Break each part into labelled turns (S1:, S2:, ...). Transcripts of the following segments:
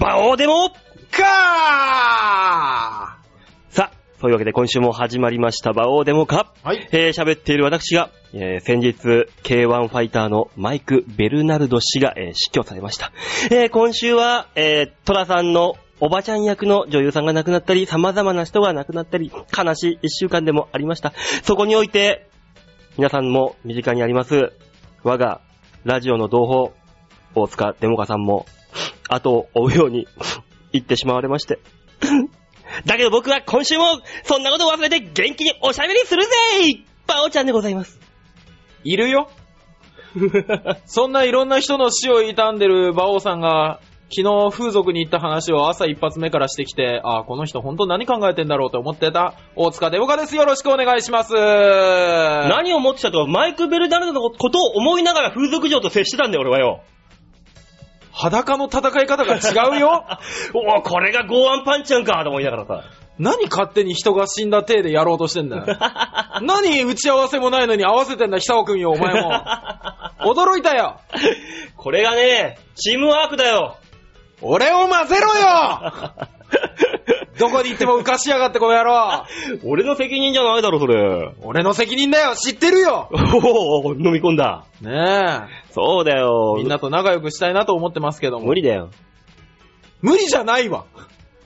S1: どうでもかーさあ、そういうわけで今週も始まりました、バオーデモか。
S2: はい。
S1: えー喋っている私が、えー先日、K1 ファイターのマイク・ベルナルド氏が、えー死去されました。えー今週は、えートラさんのおばちゃん役の女優さんが亡くなったり、様々な人が亡くなったり、悲しい一週間でもありました。そこにおいて、皆さんも身近にあります、我がラジオの同胞、大塚デモカさんも、後を追うように言ってしまわれまして。 だけど僕は今週も、そんなことを忘れて元気におしゃべりするぜバオちゃんでございます。
S3: いるよ。そんないろんな人の死を悼んでる馬王さんが、昨日風俗に行った話を朝一発目からしてきて、ああ、この人本当何考えてんだろうと思ってた、大塚デボカです。よろしくお願いします。何
S1: 何を思ってたとは、マイク・ベルダルドのことを思いながら風俗嬢と接してたんだよ、俺はよ。
S3: 裸の戦い方が違うよ
S1: おお、これがゴーアンパンチャンかと思いながらさ。
S3: 何勝手に人が死んだ体でやろうとしてんだよ。何打ち合わせもないのに合わせてんだ、久尾くんよ、お前も。驚いたよ。
S1: これがね、チームワークだよ。
S3: 俺を混ぜろよどこに行っても浮かしやがって、この野郎。
S1: 俺の責任じゃないだろ、それ。
S3: 俺の責任だよ知ってるよ
S1: おお、飲み込んだ。
S3: ね
S1: そうだ
S3: え。
S1: よ。
S3: みんなと仲良くしたいなと思ってますけども。
S1: 無理だよ。
S3: 無理じゃないわ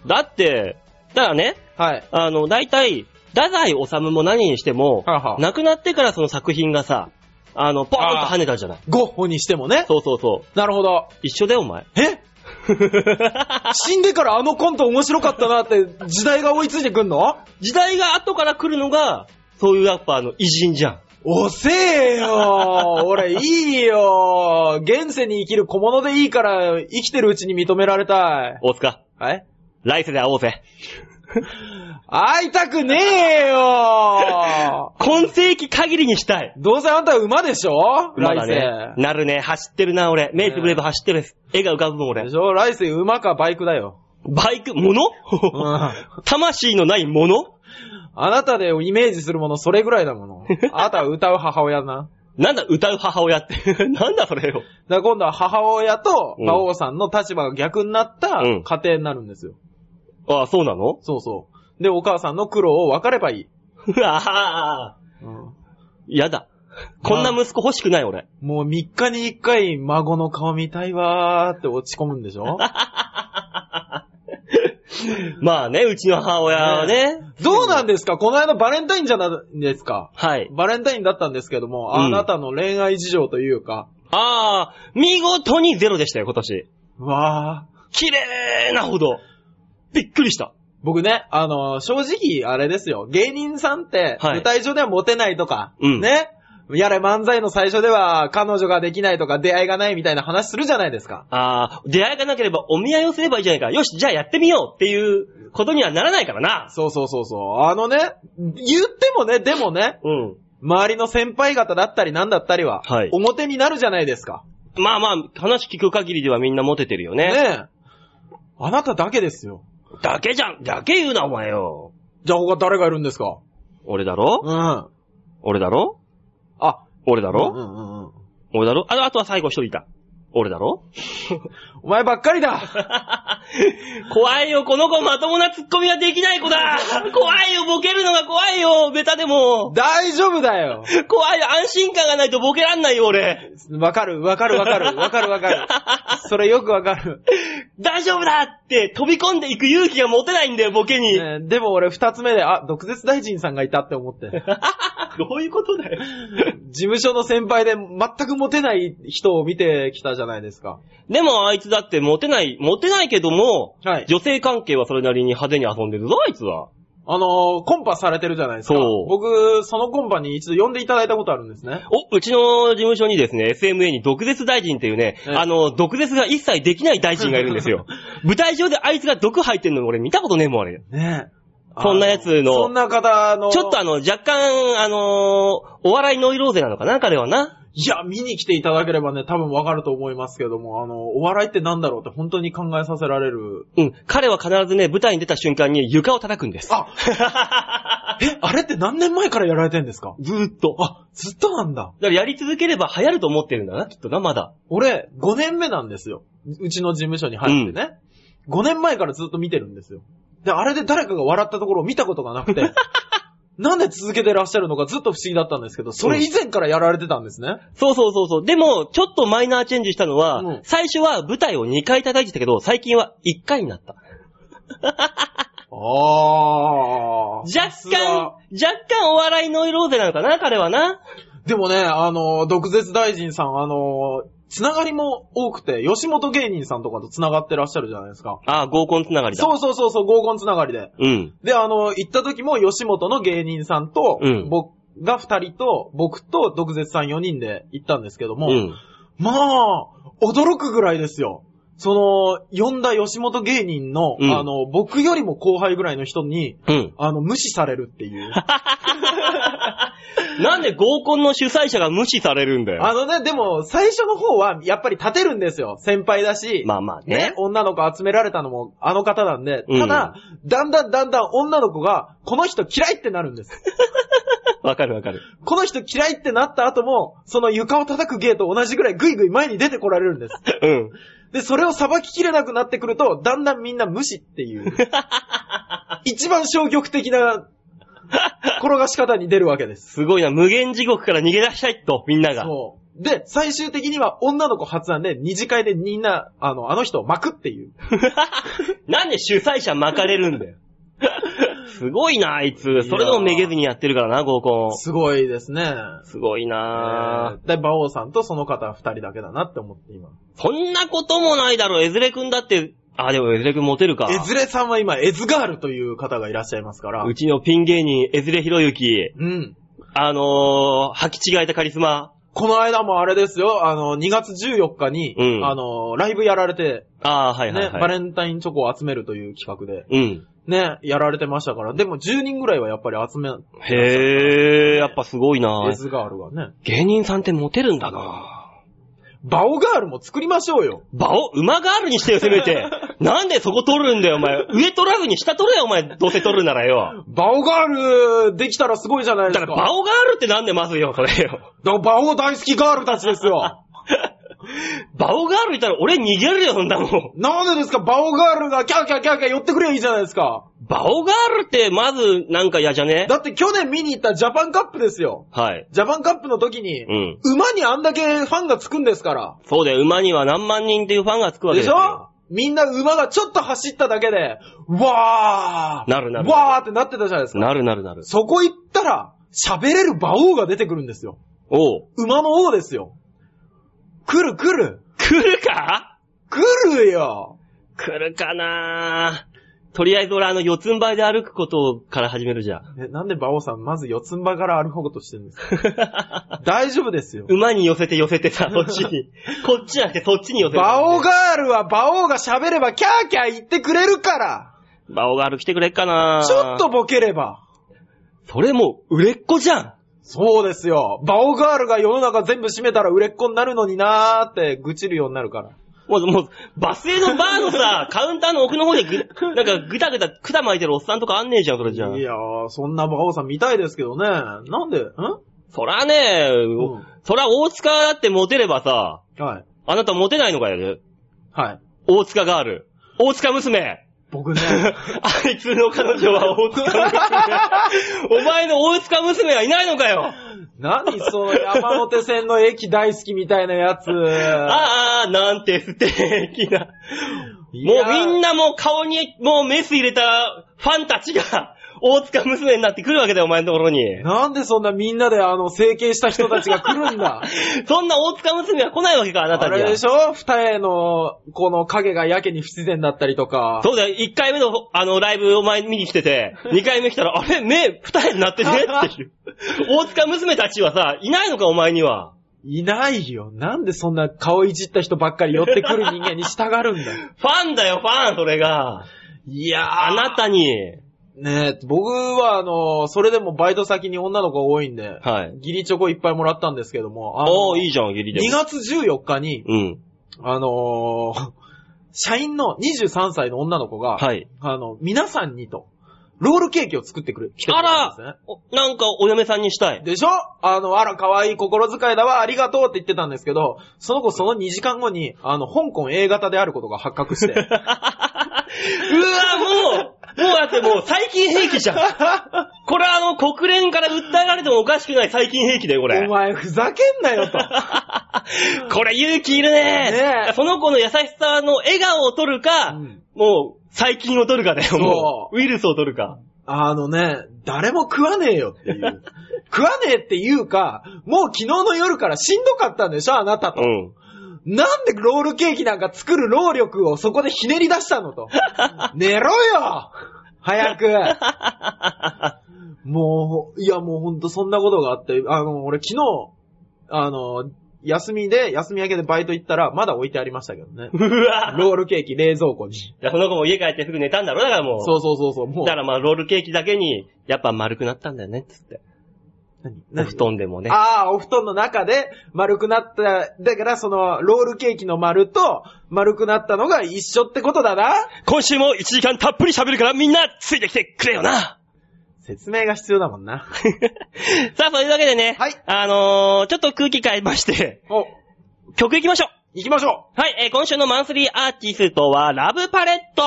S1: だって、だからね、
S3: はい。
S1: あの、大体、太宰治も何にしても、
S3: はあはあ
S1: 亡くなってからその作品がさ、あの、ポーンと跳ねたじゃない。
S3: ゴッホにしてもね。
S1: そうそうそう。
S3: なるほど。
S1: 一緒だよ、お前。
S3: え死んでからあのコント面白かったなって時代が追いついてくんの
S1: 時代が後から来るのが、そういうやっぱあの、偉人じゃん。
S3: 遅えよ俺いいよ現世に生きる小物でいいから生きてるうちに認められたい。
S1: 大塚、
S3: はい
S1: 来世で会おうぜ。
S3: 会いたくねえよ
S1: 今世紀限りにしたい。
S3: どうせあんた馬でしょ
S1: まだ
S3: 来世。
S1: ね。なるね。走ってるな、俺。目つぶれば走ってる。絵が浮かぶもん、
S3: で
S1: 俺。
S3: しょ来世馬かバイクだよ。
S1: バイク、物
S3: うん。あ
S1: 魂のないもの
S3: なたでイメージするものそれぐらいだもの。 あなたは歌う母親だな。
S1: なんだ、歌う母親って。 なんだ、それよ。
S3: だから今度は母親と
S1: うん
S3: 馬王さんの立場が逆になった
S1: うん
S3: 家庭になるんですよ。
S1: ああ、そうなの
S3: そうそう。で、お母さんの苦労を分かればいい。
S1: ああ、
S3: うん
S1: やだ。こんな息子欲しくない、俺。
S3: もう3日に1回孫の顔見たいわーって落ち込むんでし ょ
S1: まあね、うちの母親はね。
S3: どうなんですかこの間バレンタインじゃないですか。
S1: はい。
S3: バレンタインだったんですけども、
S1: うん
S3: あなたの恋愛事情というか、
S1: ああ、見事にゼロでしたよ、今年。
S3: うわー、
S1: 綺麗なほど。びっくりした。
S3: 僕ね、あのー正直、あれですよ。芸人さんって、
S1: はい
S3: 舞台上ではモテないとか、
S1: うん
S3: ね。やれ漫才の最初では、彼女ができないとか、出会いがないみたいな話するじゃないですか。
S1: あー、出会いがなければお見合いをすればいいじゃないか。よし、じゃあやってみようっていうことにはならないからな。
S3: そうそうそうそう。あのね、言ってもね、でもね、
S1: うん。
S3: 周りの先輩方だったりなんだったりは、
S1: はい
S3: 表になるじゃないですか。
S1: まあまあ、話聞く限りではみんなモテてるよね。
S3: ねえ。あなただけですよ。
S1: だけじゃん、だけ言うな、お前よ。
S3: じゃあ他誰がいるんですか
S1: 俺だろ、
S3: うん。あ、
S1: 俺だろ俺だろ、
S3: うんうんうん。
S1: 俺だろああとは最後一人いた。俺だろ
S3: お前ばっかりだ
S1: 怖いよ、この子まともなツッコミができない子だ怖いよ、ボケるのが怖いよ、ベタでも。
S3: 大丈夫だよ
S1: 怖いよ、安心感がないとボケらんないよ、俺。
S3: わかる、わかる、わ かる、わかる、わかる。それよくわかる。
S1: 大丈夫だって飛び込んでいく勇気が持てないんだよ、ボケに。
S3: ねでも俺二つ目で、あ、毒舌大臣さんがいたって 思って。
S1: どういうことだよ。
S3: 事務所の先輩で全くモテない人を見てきたじゃないですか。
S1: でもあいつだってモテない、モテないけども、
S3: はい。
S1: 女性関係はそれなりに派手に遊んでるぞ、あいつは。
S3: あのーコンパされてるじゃないですか。
S1: そう
S3: 僕、そのコンパに一度呼んでいただいたことあるんですね。
S1: お、うちの事務所にですね、SMA に毒舌大臣っていうね、
S3: ええ
S1: あの、毒舌が一切できない大臣がいるんです よ。舞台上であいつが毒吐いてんの俺見たことねえもん、あれ。
S3: ねえ
S1: そんなやつの
S3: あそんな方の、
S1: ちょっとあの、若干、あのーお笑いノイローゼなのかな、彼はな。
S3: いや、見に来ていただければね、多分わかると思いますけども、あの、お笑いってなんだろうって本当に考えさせられる。
S1: うん。彼は必ずね、舞台に出た瞬間に床を叩くん です。
S3: あえ、あれって何年前からやられてんですか
S1: ずーっと。
S3: あ、ずっとなんだ。
S1: だからやり続ければ流行ると思ってるんだな、きっとな、まだ。
S3: 俺、5年目なんですよ。うちの事務所に入ってね。 5年前からずっと見てるんですよ。で、あれで誰かが笑ったところを見たことがな くて、なんで続けてらっしゃるのかずっと不思議だったんですけど、それ以前からやられてたんですね。
S1: そうそうそうそう。でも、ちょっとマイナーチェンジしたのは、
S3: うん
S1: 最初は舞台を2回叩いてたけど、最近は1回になった。
S3: あー。
S1: 若
S3: さす
S1: 干、
S3: が
S1: 若干お笑いノイローゼなのかな、彼はな。
S3: でもね、あの、毒舌大臣さん、あの、つながりも多くて、吉本芸人さんとかとつながってらっしゃるじゃないですか。
S1: ああ、合コンつながりだ。
S3: そうそうそうそう、合コンつながりで。
S1: うん。
S3: で、あの、行った時も吉本の芸人さんと、
S1: うん
S3: 僕が二人と、僕と毒舌さん4人で行ったんですけども、
S1: うん。
S3: まあ、驚くぐらいですよ。その、呼んだ吉本芸人の、
S1: うん
S3: あの、僕よりも後輩ぐらいの人に、
S1: うん。
S3: あの、無視されるって いう。
S1: なんで合コンの主催者が無視されるんだよ。
S3: あのね、でも、最初の方は、やっぱり立てるんですよ。先輩だし、
S1: まあまあ
S3: ね
S1: ね。
S3: 女の子集められたのもあの方なんで、
S1: うん
S3: ただ、だんだんだんだん女の子が、この人嫌いってなるんです。
S1: わかるわかる。
S3: この人嫌いってなった後も、その床を叩く芸と同じぐらいぐいぐい前に出てこられるんです。
S1: うん。
S3: で、それを裁ききれなくなってくると、だんだんみんな無視って いう。一番消極的な転がし方に出るわけです。
S1: すごいな、無限地獄から逃げ出したいと、みんなが。
S3: そう。で、最終的には女の子発案で二次会でみんな、あの、あの人を巻くっていう。
S1: なんで主催者巻かれるんだよ。 すごいな、あいつ。それでもめげずにやってるからな、合コン。
S3: すごいですね。
S1: すごいな、
S3: えーで、馬王さんとその方二人だけだなって思って今。
S1: そんなこともないだろう、えずれくんだって。あ、でもえずれくんモテるか。
S3: えずれさんは今、エズガールという方がいらっしゃいますから。
S1: うちのピン芸人、えずれひろゆき。
S3: うん。
S1: あのー、履き違えたカリスマ。
S3: この間もあれですよ、あの、2月14日に、
S1: うん
S3: あの、ライブやられて、
S1: ああ、はい
S3: ね、
S1: はいはい。
S3: バレンタインチョコを集めるという企画で、
S1: うん。
S3: ね、やられてましたから、でも10人ぐらいはやっぱり集め、
S1: へえ、やっぱすごいな
S3: エズガールがね、
S1: 芸人さんってモテるんだな
S3: バオガールも作りましょうよ。
S1: 馬を、馬ガールにしてよ、せめ て。なんでそこ取るんだよ、お前。上取らずに下取れよ、お前。どうせ取るならよ。
S3: バオガールできたらすごいじゃないで
S1: だ
S3: すか。
S1: から、バオガールってなんでまずよ、それよ。
S3: だからバオ大好きガールたちで すよ。
S1: バオガールいたら俺逃げるよ、そんなもん。
S3: なんでですか、バオガールがキャーキャーキャーキャー寄ってくればいいじゃないですか。
S1: バオガールって、まず、なんか嫌じゃね
S3: だって去年見に行ったジャパンカップですよ。
S1: はい。
S3: ジャパンカップの時に、
S1: うん。
S3: 馬にあんだけファンがつくんですから。
S1: そうだよ、馬には何万人っていうファンがつくわけ
S3: で
S1: です
S3: し
S1: よ。
S3: ょみんな馬がちょっと走っただけで、わー
S1: なるなる
S3: わーってなってたじゃないですか。
S1: なるなるなる。
S3: そこ行ったら、喋れる馬王が出てくるんですよ。
S1: おう。
S3: 馬の王ですよ。来る来る
S1: 来るか
S3: 来るよ
S1: 来るかなとりあえず俺あの四つん這いで歩くことから始めるじ ゃん。
S3: え、なんで馬王さんまず四つん這いから歩こうとしてるんですか大丈夫ですよ。
S1: 馬に寄せて寄せてさ、そっち に。こっちじゃなくてそっちに寄せて。
S3: 馬王ガールは馬王が喋ればキャーキャー言ってくれるから
S1: バオガール来てくれっかな
S3: ちょっと。ボケれば
S1: それもう売れっ子じゃん。
S3: そうですよ。バオガールが世の中全部閉めたら売れっ子になるのになーって愚痴るようになるから。
S1: もう、もう、バスへのバーの さ、カウンターの奥の方でぐ、なんかぐたぐた管巻いてるおっさんとかあんねえじゃん、それじゃん
S3: い。やー、そんな馬王さん見たいですけどね。なんで、ん
S1: そらね、
S3: うん
S1: そら大塚だってモテればさ、
S3: はい。
S1: あなたモテないのかよ。
S3: はい。
S1: 大塚ガール。大塚娘。
S3: 僕ね、
S1: あいつの彼女は大塚娘。お前の大塚娘はいないのかよ。
S3: 何その山手線の駅大好きみたいな やつ。
S1: ああ、なんて素敵な。
S3: い
S1: も
S3: や
S1: うみんなもう顔に、もうメス入れたファンたちが、大塚娘になってくるわけだよ、お前のところに。
S3: なんでそんなみんなであの、整形した人たちが来る んだ。
S1: そんな大塚娘は来ないわけか、あなた
S3: あ
S1: に
S3: れ
S1: は
S3: で。しょ二重の、この影がやけに不自然だったりとか。
S1: そうだよ、1回目の、あの、ライブお前見に来てて、2回 目来たら、あれ、目、二重になってねっていう。大塚娘たちはさ、いないのか、お前には。
S3: いないよ。なんでそんな顔いじった人ばっかり寄ってくる人間に従うんだ よ。
S1: ファンだよ、ファン、それが。
S3: いやー。
S1: あなたに。
S3: ねえ、僕はあの、それでもバイト先に女の子が多いんで、
S1: はい。
S3: ギリチョコいっぱいもらったんですけども、あの
S1: おー、いいじゃん、ギリで
S3: 2
S1: も。
S3: 月14日に、
S1: うん。
S3: あのー 社員の23歳の女の子が、
S1: はい。
S3: あの、皆さんにと、ロールケーキを作ってくる、来てく
S1: あ
S3: れたんですね
S1: ら。、おなんかお嫁さんにしたい。
S3: でしょあの、あら、可愛い心遣いだわ、ありがとうって言ってたんですけど、その子その2時間後に、あの、香港 A 型であることが発覚して、
S1: うわ、もう、もうだってもう最近兵器じゃん。これあの、国連から訴えられてもおかしくない最近兵器だよ、これ
S3: お。前ふざけんなよと。
S1: これ勇気いるね
S3: ねえ
S1: その子の優しさの笑顔を取るか、
S3: うん
S1: もう、細菌を取るかだよ、も
S3: そう
S1: う。ウイルスを取るか。
S3: あのね、誰も食わねえよっていう。食わねえっていうか、もう昨日の夜からしんどかったんでしょ、あなたと。
S1: うん。
S3: なんでロールケーキなんか作る労力をそこでひねり出したのと。寝ろよ早くもう、いやもうほんとそんなことがあって、あの、俺昨日、あの、休みで、休み明けでバイト行ったら、まだ置いてありましたけどね。
S1: うわ。
S3: ロールケーキ冷蔵庫に。
S1: じゃあその子も家帰ってすぐ寝たんだろ、だからもう。
S3: そうそうそうそう、もう
S1: だか。らまあ、ロールケーキだけに、やっぱ丸くなったんだよね、つって。
S3: 何
S1: お布団でもね。
S3: ああ、お布団の中で丸くなった、だからその、ロールケーキの丸と丸くなったのが一緒ってことだな。
S1: 今週も1時間たっぷり喋るからみんなついてきてくれよな
S3: 説明が必要だもんな。
S1: さあ、そういうわけでね。
S3: はい
S1: あのー、ちょっと空気変えまして、
S3: お、
S1: 曲行きましょう
S3: 行きましょ
S1: はい、えー今週のマンスリーアーティストは、ラブパレット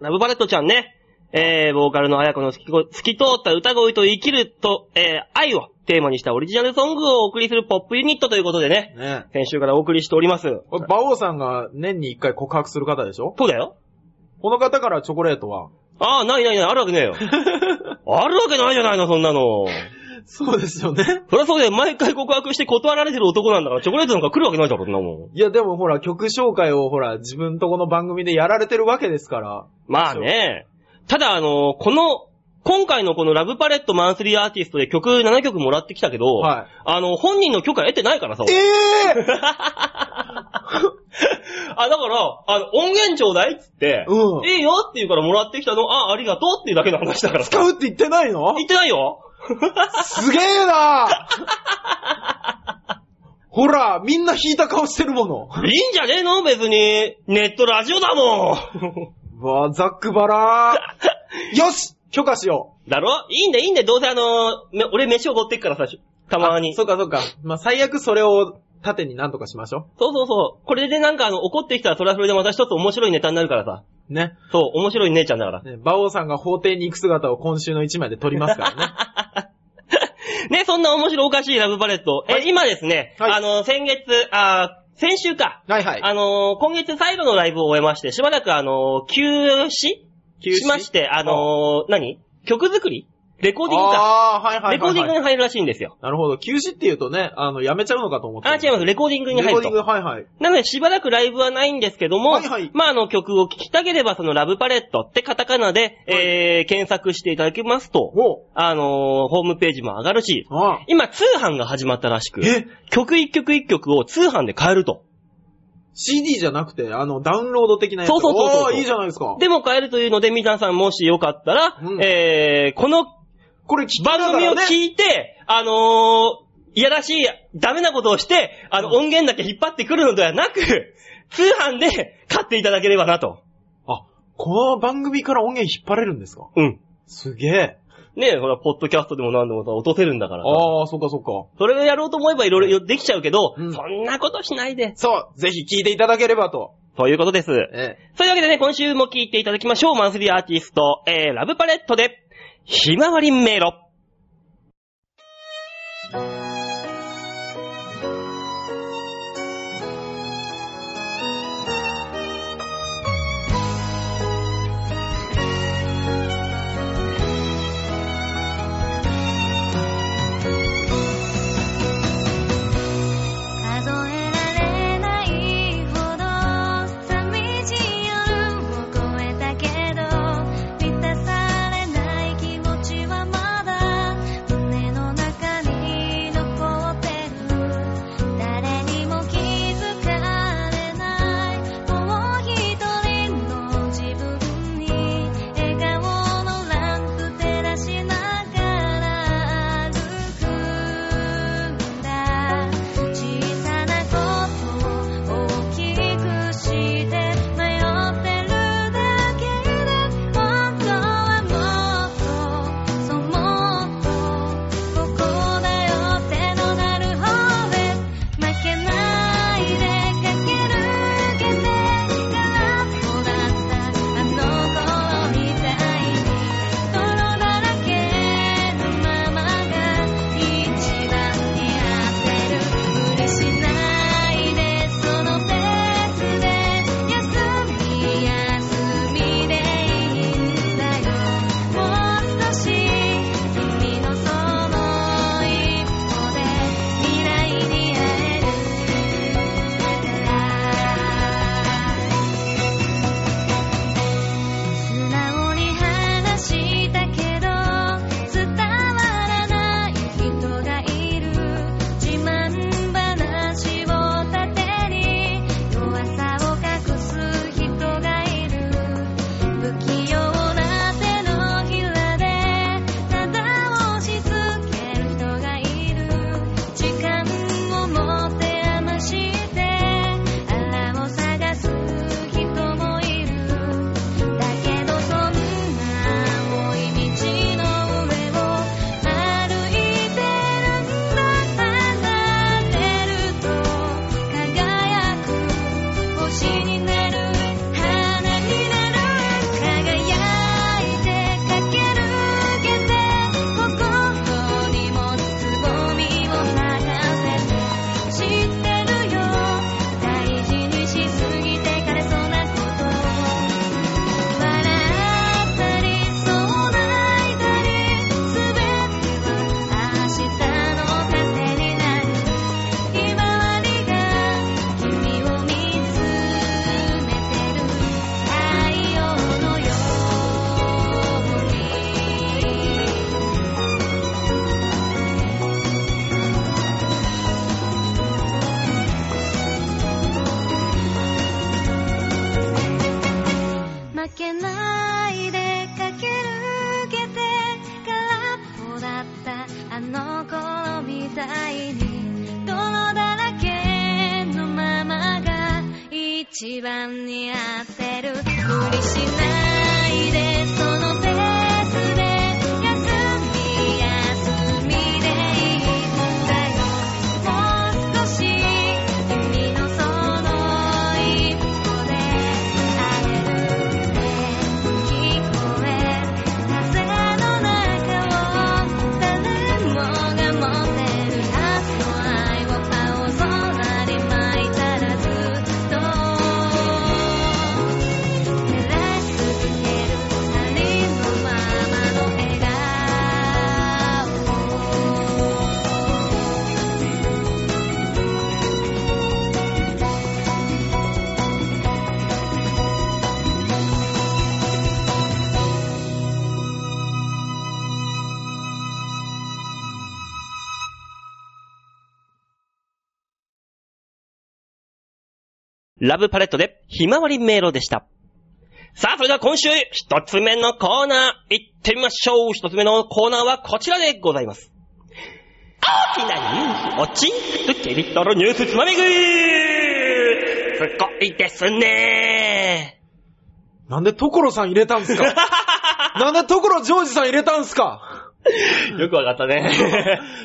S1: ラブパレットちゃんね。えー、ボーカルの綾子の透きこ透き通った歌声と生きると、えー、愛をテーマにしたオリジナルソングをお送りするポップユニットということでね
S3: う。、ね
S1: 先週からお送りしております。
S3: これ、馬王さんが年に一回告白する方でしょ
S1: そうだよ。
S3: この方からチョコレートは。
S1: ああ、ないないない、あるわけねえ よ。あるわけないじゃないの、そんなの。
S3: そうですよね。
S1: そりゃそうだよ、毎回告白して断られてる男なんだから、チョコレートなんか来るわけないだろ、そんなもん。
S3: いや、でもほら、曲紹介をほら、自分とこの番組でやられてるわけですから。
S1: まあね。ただ、あの、この、今回のこのラブパレットマンスリーアーティストで曲7曲もらってきたけど、
S3: はい
S1: あの、本人の許可得てないからさ。
S3: ええ
S1: あ、だから、あの、音源ちょうだいっつって、
S3: うん
S1: いいよって言うからもらってきたの、あ、ありがとうっていうだけの話だからさ。
S3: 使うって言ってないの
S1: 言ってないよ
S3: すげえなほら、みんな引いた顔してるもの。
S1: いいんじゃねえの別に。ネットラジオだもん。
S3: うわあ、ザックバラー。よし許可しよ
S1: だろいいんだいいんだどうせあのーめ俺飯を持ってくからさ、た
S3: う。
S1: まに。
S3: そ
S1: そう
S3: うかそうか。まあ、最悪それを盾になんとかしましょ
S1: そうそう。これでなんかあの、怒ってきたらそれはそれでまた一つ面白いネタになるからさ。
S3: う。ね。
S1: そう、面白い姉ちゃんだから。
S3: ね馬王さんが法廷に行く姿を今週の一枚で撮りますからね。
S1: ね、そんな面白おかしいラブパレット。え、今ですね、
S3: はい
S1: あのー、先月、あー先週か。
S3: はいはい。
S1: あのー、今月最後のライブを終えまして、しばらくあのー、休止
S3: 休止
S1: しまして、あのー、何曲作りレコーディングか。
S3: ああ、はいはいはい、はい。
S1: レコーディングに入るらしいんですよ。
S3: なるほど。休止って言うとね、あの、やめちゃうのかと思って。
S1: あ、違います。レコーディングに
S3: レ
S1: 入る
S3: コーデ
S1: と
S3: ィング、。はいはい。
S1: なので、しばらくライブはないんですけども、
S3: はいはい
S1: まあ、あの、曲を聴きたければ、その、ラブパレットってカタカナで、えー、検索していただきますと、
S3: おう
S1: あのーホームページも上がるし、
S3: ああ
S1: 今、通販が始まったらしく
S3: え、
S1: 曲一曲一曲を通販で買えると。
S3: CD じゃなくて、あの、ダウンロード的なやつ。
S1: そうそうそうそう
S3: おーいいじゃないですか。
S1: でも買えるというので、皆さんもしよかったら、
S3: うん
S1: えー、この
S3: これ聞きなが
S1: 番
S3: ら、ね、
S1: 組を聞いて、あのーいやらしい、ダメなことをして、あの、音源だけ引っ張ってくるのではなく、通販で買っていただければなと。
S3: あ、この番組から音源引っ張れるんですか
S1: うん。
S3: すげえ。
S1: ねえ、ほら、ポッドキャストでも何でもさ、落とせるんだからさ。
S3: ああ、そっかそっか。
S1: それをやろうと思えばいろいろできちゃうけど、
S3: うん
S1: そんなことしないで。
S3: そう、ぜひ聞いていただければと。
S1: ということです。
S3: え
S1: そういうわけでね、今週も聞いていただきましょう。マンスリーアーティスト、えー、ラブパレットで、ひまわり迷路。
S2: 数えられないほど寂しい夜を越えたけど満たされない気持ちはまだ際に泥だらけのままが一番似合ってる無理しないでそのペースで休み休みでいいんだよもう少し君のその一歩で会える聞こえ風の中をたるみ歩いているのが持てる初の愛を青空に舞いたらずっと照らし続けるありのままの笑顔
S1: ラブパレットで、ひまわり迷路でした。さあ、それでは今週、一つ目のコーナー、行ってみましょう。一つ目のコーナーはこちらでございます。大きなニュース、おちんくけりとるニュースつまみ食いすごいです ね
S3: なんで所さん入れたんす かなんで所ジョージさん入れたんすか
S1: よくわかった ね。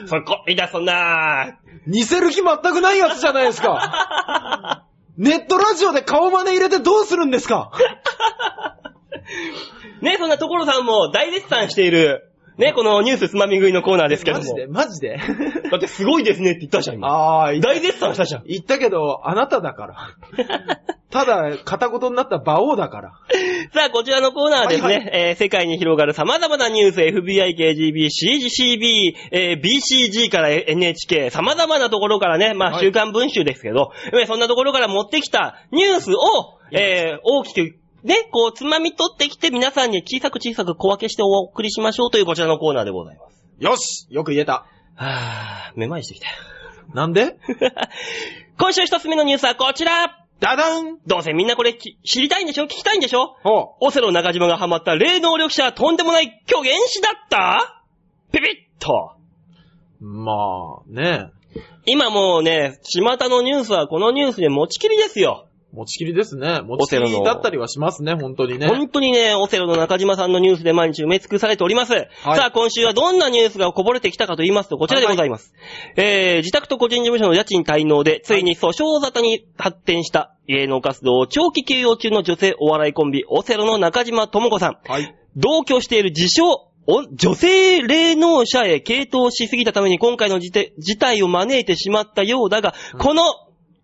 S1: すごいだ、そんな
S3: 似せる気全くないやつじゃないですかネットラジオで顔真似入れてどうするんですか
S1: ね、そんな所さんも大絶賛している、ね、このニュースつまみ食いのコーナーですけど
S3: マ
S1: も
S3: ジ。でマジで
S1: だってすごいですねって言ったじゃん、今。
S3: ああ、
S1: 大絶賛したじゃん。
S3: 言ったけど、あなただから。ただ、片言になった馬王だから。
S1: さあ、こちらのコーナーはですね、
S3: はいは
S1: えー世界に広がる様々なニュース、FBI、KGB、CGCB、えー BCG から NHK、様々なところからね、まあ、
S3: はい
S1: 週刊文集ですけど、えーそんなところから持ってきたニュースを、えー大きく、ね、こう、つまみ取ってきて、皆さんに小さく小さく小分けしてお送りしましょうというこちらのコーナーでございます。
S3: よしよく言えた。
S1: はぁ、めまいしてきたよ。
S3: なんで
S1: 今週一つ目のニュースはこちら
S3: ダダン
S1: どうせみんなこれき知りたいんでしょ聞きたいんでしょ
S3: ほ
S1: オセロ中島がハマった霊能力者はとんでもない巨原子だったピピッと。
S3: う。まあ、ね
S1: 今もうね、巷のニュースはこのニュースで持ちきりですよ。
S3: 持ちきりですね。持ちきりだったりはしますね、本当にね。
S1: 本当にね、オセロの中島さんのニュースで毎日埋め尽くされております。さあ、今週はどんなニュースがこぼれてきたかと言いますと、こちらでございます。えー、自宅と個人事務所の家賃滞納で、ついに訴訟沙汰に発展した芸能活動を長期休養中の女性お笑いコンビ、オセロの中島智子さん。
S3: はい。
S1: 同居している自称、お女性霊能者へ傾倒しすぎたために今回の事て事態を招いてしまったようだが、
S3: うん
S1: この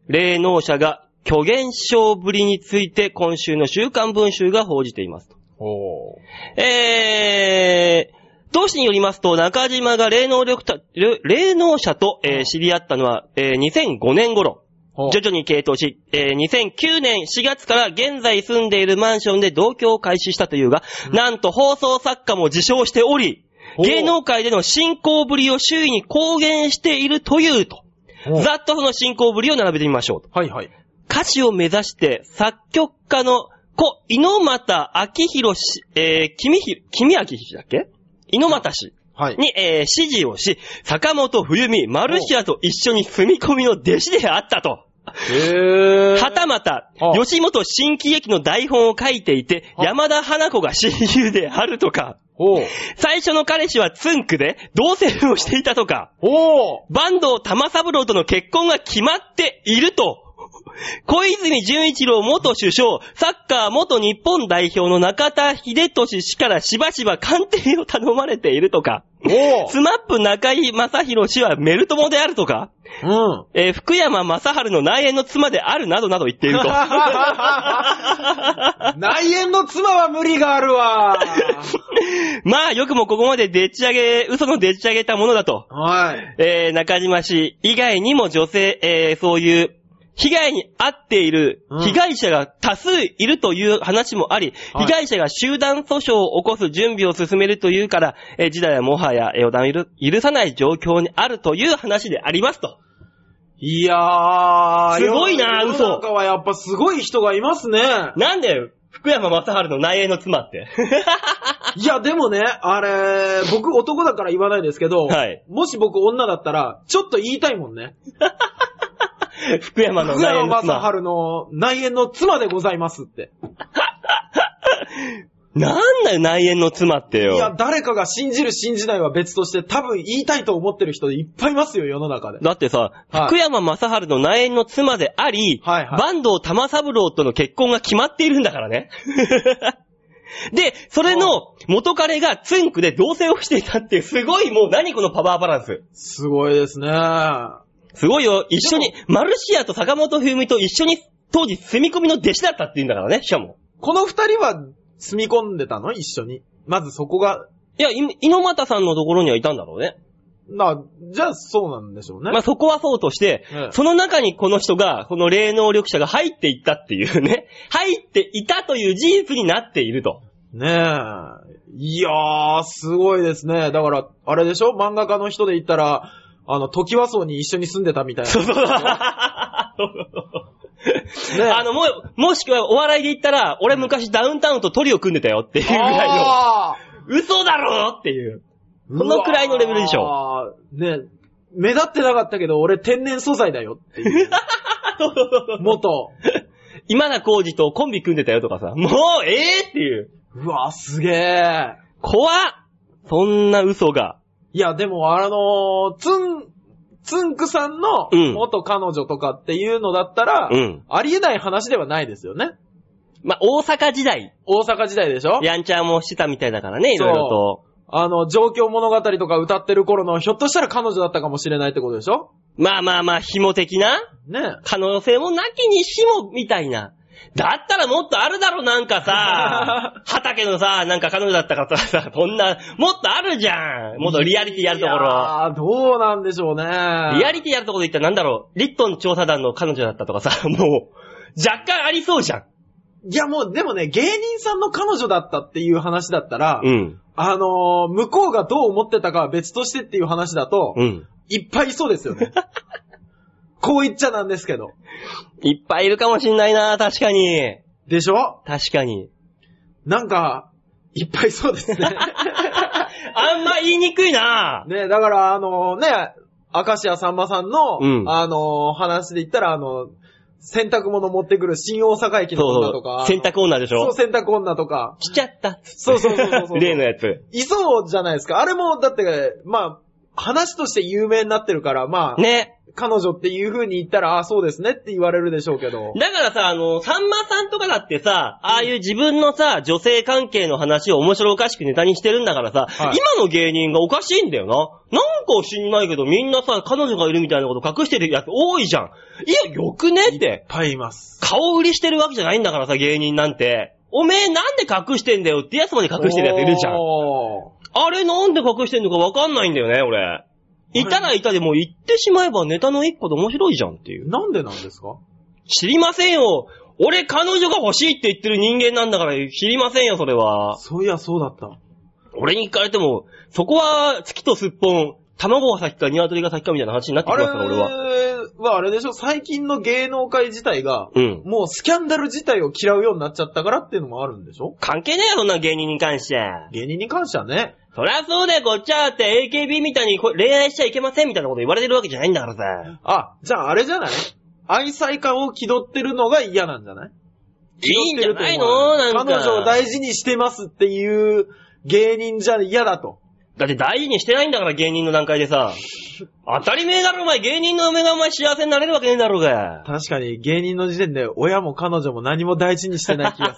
S1: 霊能者が虚言症ぶりについて今週の週刊文集が報じていますと。
S3: ほ
S1: えー、同誌によりますと、中島が霊能力た、霊霊能者と、えー知り合ったのは、えー2005年頃。
S3: う。ほう
S1: 徐々に傾倒し、えー2009年4月から現在住んでいるマンションで同居を開始したというが、なんと放送作家も自称しており、
S3: お
S1: 芸能界での進行ぶりを周囲に公言しているというと、
S3: ほう
S1: ざっとその進行ぶりを並べてみましょうと。
S3: はいはい。
S1: 歌手を目指して作曲家の子、猪俣明宏氏、えー、君ひ、君明宏氏だっけ猪俣氏。
S3: はい。
S1: に、えー指示をし、坂本冬美、マルシアと一緒に住み込みの弟子であったと。
S3: へー。
S1: はたまた
S3: あ、あ
S1: 吉本新喜劇の台本を書いていて、
S3: あ
S1: 山田花子が親友であるとか、
S3: ほう。
S1: 最初の彼氏はツンクで同棲をしていたとか、
S3: ほう。
S1: 坂東玉三郎との結婚が決まっていると、小泉純一郎元首相、サッカー元日本代表の中田秀俊氏からしばしば鑑定を頼まれているとか、
S3: ほ
S1: スマップ中井正宏氏はメル友であるとか、
S3: う。うん。
S1: えー福山雅治の内縁の妻であるなどなど言ってい ると。
S3: 内縁の妻は無理があるわ。
S1: まあ、よくもここまででっち上げ、嘘のでっち上げたものだと。
S3: はい。
S1: えー、中島氏以外にも女性、えー、そういう、被害に遭っている
S3: うん
S1: 被害者が多数いるという話もあり、
S3: はい
S1: 被害者が集団訴訟を起こす準備を進めるというから、えー、時代はもはやえー予断を許許さない状況にあるという話でありますと。
S3: いやー。
S1: すごいな
S3: 世の
S1: 嘘
S3: 世の中はやっぱすごい人がいますね。
S1: なんで、福山雅治の内縁の妻って。
S3: いや、でもね、あれ、僕男だから言わないですけど、
S1: はい
S3: もし僕女だったら、ちょっと言いたいもんね。
S1: 福山の
S3: 福
S1: 内縁
S3: 山
S1: の妻。
S3: 雅治の内縁の妻でございますって。
S1: なんだよ、内縁の妻って
S3: いや、
S1: よ。
S3: 誰かが信じる信じないは別として、多分言いたいと思ってる人いっぱいいますよ、世の中で。
S1: だってさ、
S3: はい
S1: 福山雅治の内縁の妻であり、
S3: はいはい
S1: 坂東玉三郎との結婚が決まっているんだからね。 で、それの元彼がツンクで同棲をしていたっていう、すごいもう何このパワーバランス。
S3: すごいですね。
S1: すごいよ、一緒に、マルシアと坂本冬美と一緒に当時住み込みの弟子だったって言うんだからね、しかも。
S3: この二人は住み込んでたの一緒に。まずそこが、
S1: いや、い猪俣さんのところにはいたんだろうね。
S3: な、じゃあそうなんでしょうね。
S1: まあそこはそうとして、
S3: うん
S1: その中にこの人が、この霊能力者が入っていったっていう ね、入っていたという事実になっていると。
S3: ねえ。いやー、すごいですね。だから、あれでしょ漫画家の人で言ったら、あの、時和荘に一緒に住んでたみたいな。
S1: そうそうそう。
S3: ね
S1: あの、も、もしくはお笑いで言ったら、俺昔ダウンタウンとトリを組んでたよっていうぐらいの、
S3: あ
S1: 嘘だろっていう。
S3: ー
S1: このくらいのレベルでしょ
S3: うわーねえ目立ってなかったけど、俺天然素材だよっていう。元。
S1: 今田耕司とコンビ組んでたよとかさ、もう、ええっていう。
S3: うわー、すげえ。
S1: 怖っそんな嘘が。
S3: いや、でも、あのー、つん、つんくさんの
S1: うん
S3: 元彼女とかっていうのだったら、
S1: うん
S3: ありえない話ではないですよね。
S1: まあ、大阪時代、
S3: 大阪時代でしょ
S1: やんちゃんもしてたみたいだからね、いろいろと。
S3: あの、状況物語とか歌ってる頃の、ひょっとしたら彼女だったかもしれないってことでしょ
S1: まあまあまあ、紐的な
S3: ね
S1: 可能性もなきにしも、みたいな。だったらもっとあるだろ、なんか さ、畑のさ、なんか彼女だったかさ、そんな、もっとあるじゃん。もっとリアリティやるところ。
S3: ああ、どうなんでしょうね。
S1: リアリティやるところで言ったらなんだろう、リットン調査団の彼女だったとかさ、 もう、若干ありそうじゃん。
S3: いや、もう、でもね、芸人さんの彼女だったっていう話だったら、
S1: うん。
S3: あのー向こうがどう思ってたかは別としてっていう話だと、
S1: うん。
S3: いっぱいいそうです よね。こう言っちゃなんですけど。
S1: いっぱいいるかもしんないな、確かに。
S3: でしょ
S1: 確か に。
S3: なんか、いっぱいそうですね。
S1: あんま言いにくいな
S3: ねだから、あのね、明石家さんまさんの、
S1: うん
S3: あの話で言ったら、あの、洗濯物持ってくる新大阪駅の女
S1: そ
S3: と
S1: うそ
S3: か
S1: う。、洗濯女でし
S3: そう、
S1: ょ
S3: 洗濯女とか、
S1: 来ちゃった。
S3: そうそうそうそうそ う
S1: 例のやつ。
S3: いそうじゃないですか。あれも、だって、まあ、話として有名になってるから、まあ、
S1: ね。
S3: 彼女っていう風に言ったら、あそうですねって言われるでしょうけど。
S1: だからさ、あの、さんまさんとかだってさ、ああいう自分のさ、女性関係の話を面白おかしくネタにしてるんだからさ、
S3: はい
S1: 今の芸人がおかしいんだよな。なんか知んないけど、みんなさ、彼女がいるみたいなこと隠してるやつ多いじゃん。いや、よくねっ
S3: い
S1: て
S3: っ。ぱいいます。
S1: 顔売りしてるわけじゃないんだからさ、芸人なんて。おめえなんで隠してんだよってやつまで隠してるやついるじゃん。
S3: おー
S1: あれなんで隠してんのかわかんないんだよね、俺。いたらいたでもう言ってしまえばネタの一個で面白いじゃんっていう。
S3: なんでなんですか
S1: 知りませんよ俺彼女が欲しいって言ってる人間なんだから知りませんよ、それは。
S3: そういや、そうだった。
S1: 俺に聞かれても、そこは月とすっぽん、卵が先か鶏が先かみたいな話になってき
S3: あ
S1: ま
S3: れ
S1: すから、俺は。
S3: はあれでしょ最近の芸能界自体が、
S1: うん
S3: もうスキャンダル自体を嫌うようになっちゃったからっていうのもあるんでしょ
S1: 関係ねえよ、そんな芸人に関して。
S3: 芸人に関してはね。
S1: そりゃそうだよ、こっちはって AKB みたいにこ恋愛しちゃいけませんみたいなこと言われてるわけじゃないんだからさ。
S3: あ、じゃああれじゃない愛妻家を気取ってるのが嫌なんじゃない
S1: いいんじゃないの
S3: 気取ってると
S1: なん
S3: 思
S1: か。
S3: う彼女を大事にしてますっていう芸人じゃ嫌だと。
S1: だって大事にしてないんだから芸人の段階でさ。当たり前だろお前、芸人の嫁がお前幸せになれるわけねえだろうが。
S3: 確かに芸人の時点で親も彼女も何も大事にしてない気が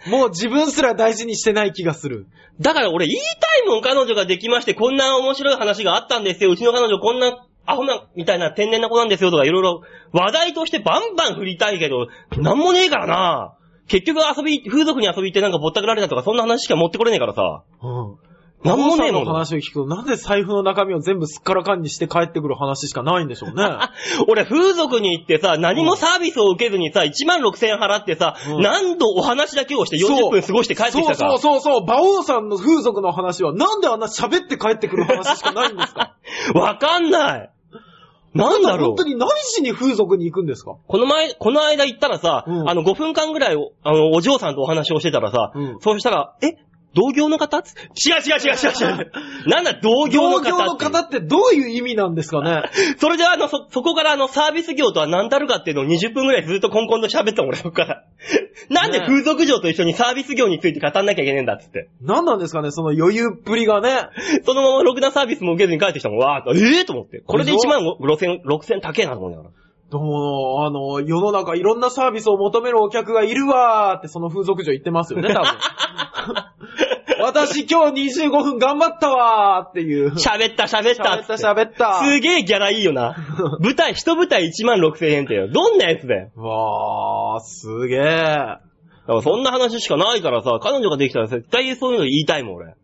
S3: する。 もう自分すら大事にしてない気がする。
S1: だから俺言いたいもん、彼女ができましてこんな面白い話があったんですよ。うちの彼女こんなアホな、みたいな天然な子なんですよとかいろいろ話題としてバンバン振りたいけど、なんもねえからな。結局遊び、風俗に遊び行ってなんかぼったくられたとかそんな話しか持ってこれねえからさ。
S3: うん。
S1: なんもねえ
S3: お父さんの
S1: もん。
S3: 話を聞くと、なんで財布の中身を全部すっからかんにして帰ってくる話しかないんでしょうね。
S1: 俺、風俗に行ってさ、何もサービスを受けずにさ、1万6000円払ってさ、
S3: うん
S1: 何度お話だけをして
S3: そ
S1: 40
S3: う
S1: 分過ごして帰ってきたから。
S3: そうそうそうそう、馬王さんの風俗の話は、なんであんな喋って帰ってくる話しかないんですか
S1: わかんない。 なんだろ
S3: 本当
S1: う。
S3: に何しに風俗に行くんですか
S1: この前、この間行ったらさ、
S3: うん
S1: あの、5分間ぐらいお、あの、お嬢さんとお話をしてたらさ、
S3: うん
S1: そうしたら、え同業の方違う違う違う違う違 う。なんだ、同業の方っ
S3: 同
S1: て
S3: 業の方ってどういう意味なんですかね
S1: それじゃあ、あの、そ、そこからあの、サービス業とは何たるかっていうのを20分くらいずっとコンコンと喋った俺、そっから。なんで
S3: ね
S1: 風俗嬢と一緒にサービス業について語んなきゃいけねえんだっつって。
S3: 何なんですかねその余裕っぷりがね。
S1: そのままろくなサービスも受けずに帰ってきたもん。わーっと、ええと思って。これで1万5千、6千高えなと思うんだから。
S3: どうも、あの、世の中いろんなサービスを求めるお客がいるわーってその風俗嬢言ってますよね、多分。私今日25分頑張ったわーっていう。
S1: 喋った喋ったっつ
S3: 喋
S1: っ
S3: ってた喋った。
S1: すげえギャラいいよな。舞台、一舞台1万6千円ってよ。どんなやつだよ。
S3: わー、すげー。
S1: だからそんな話しかないからさ、彼女ができたら絶対そういうの言いたいもん、俺。
S3: 好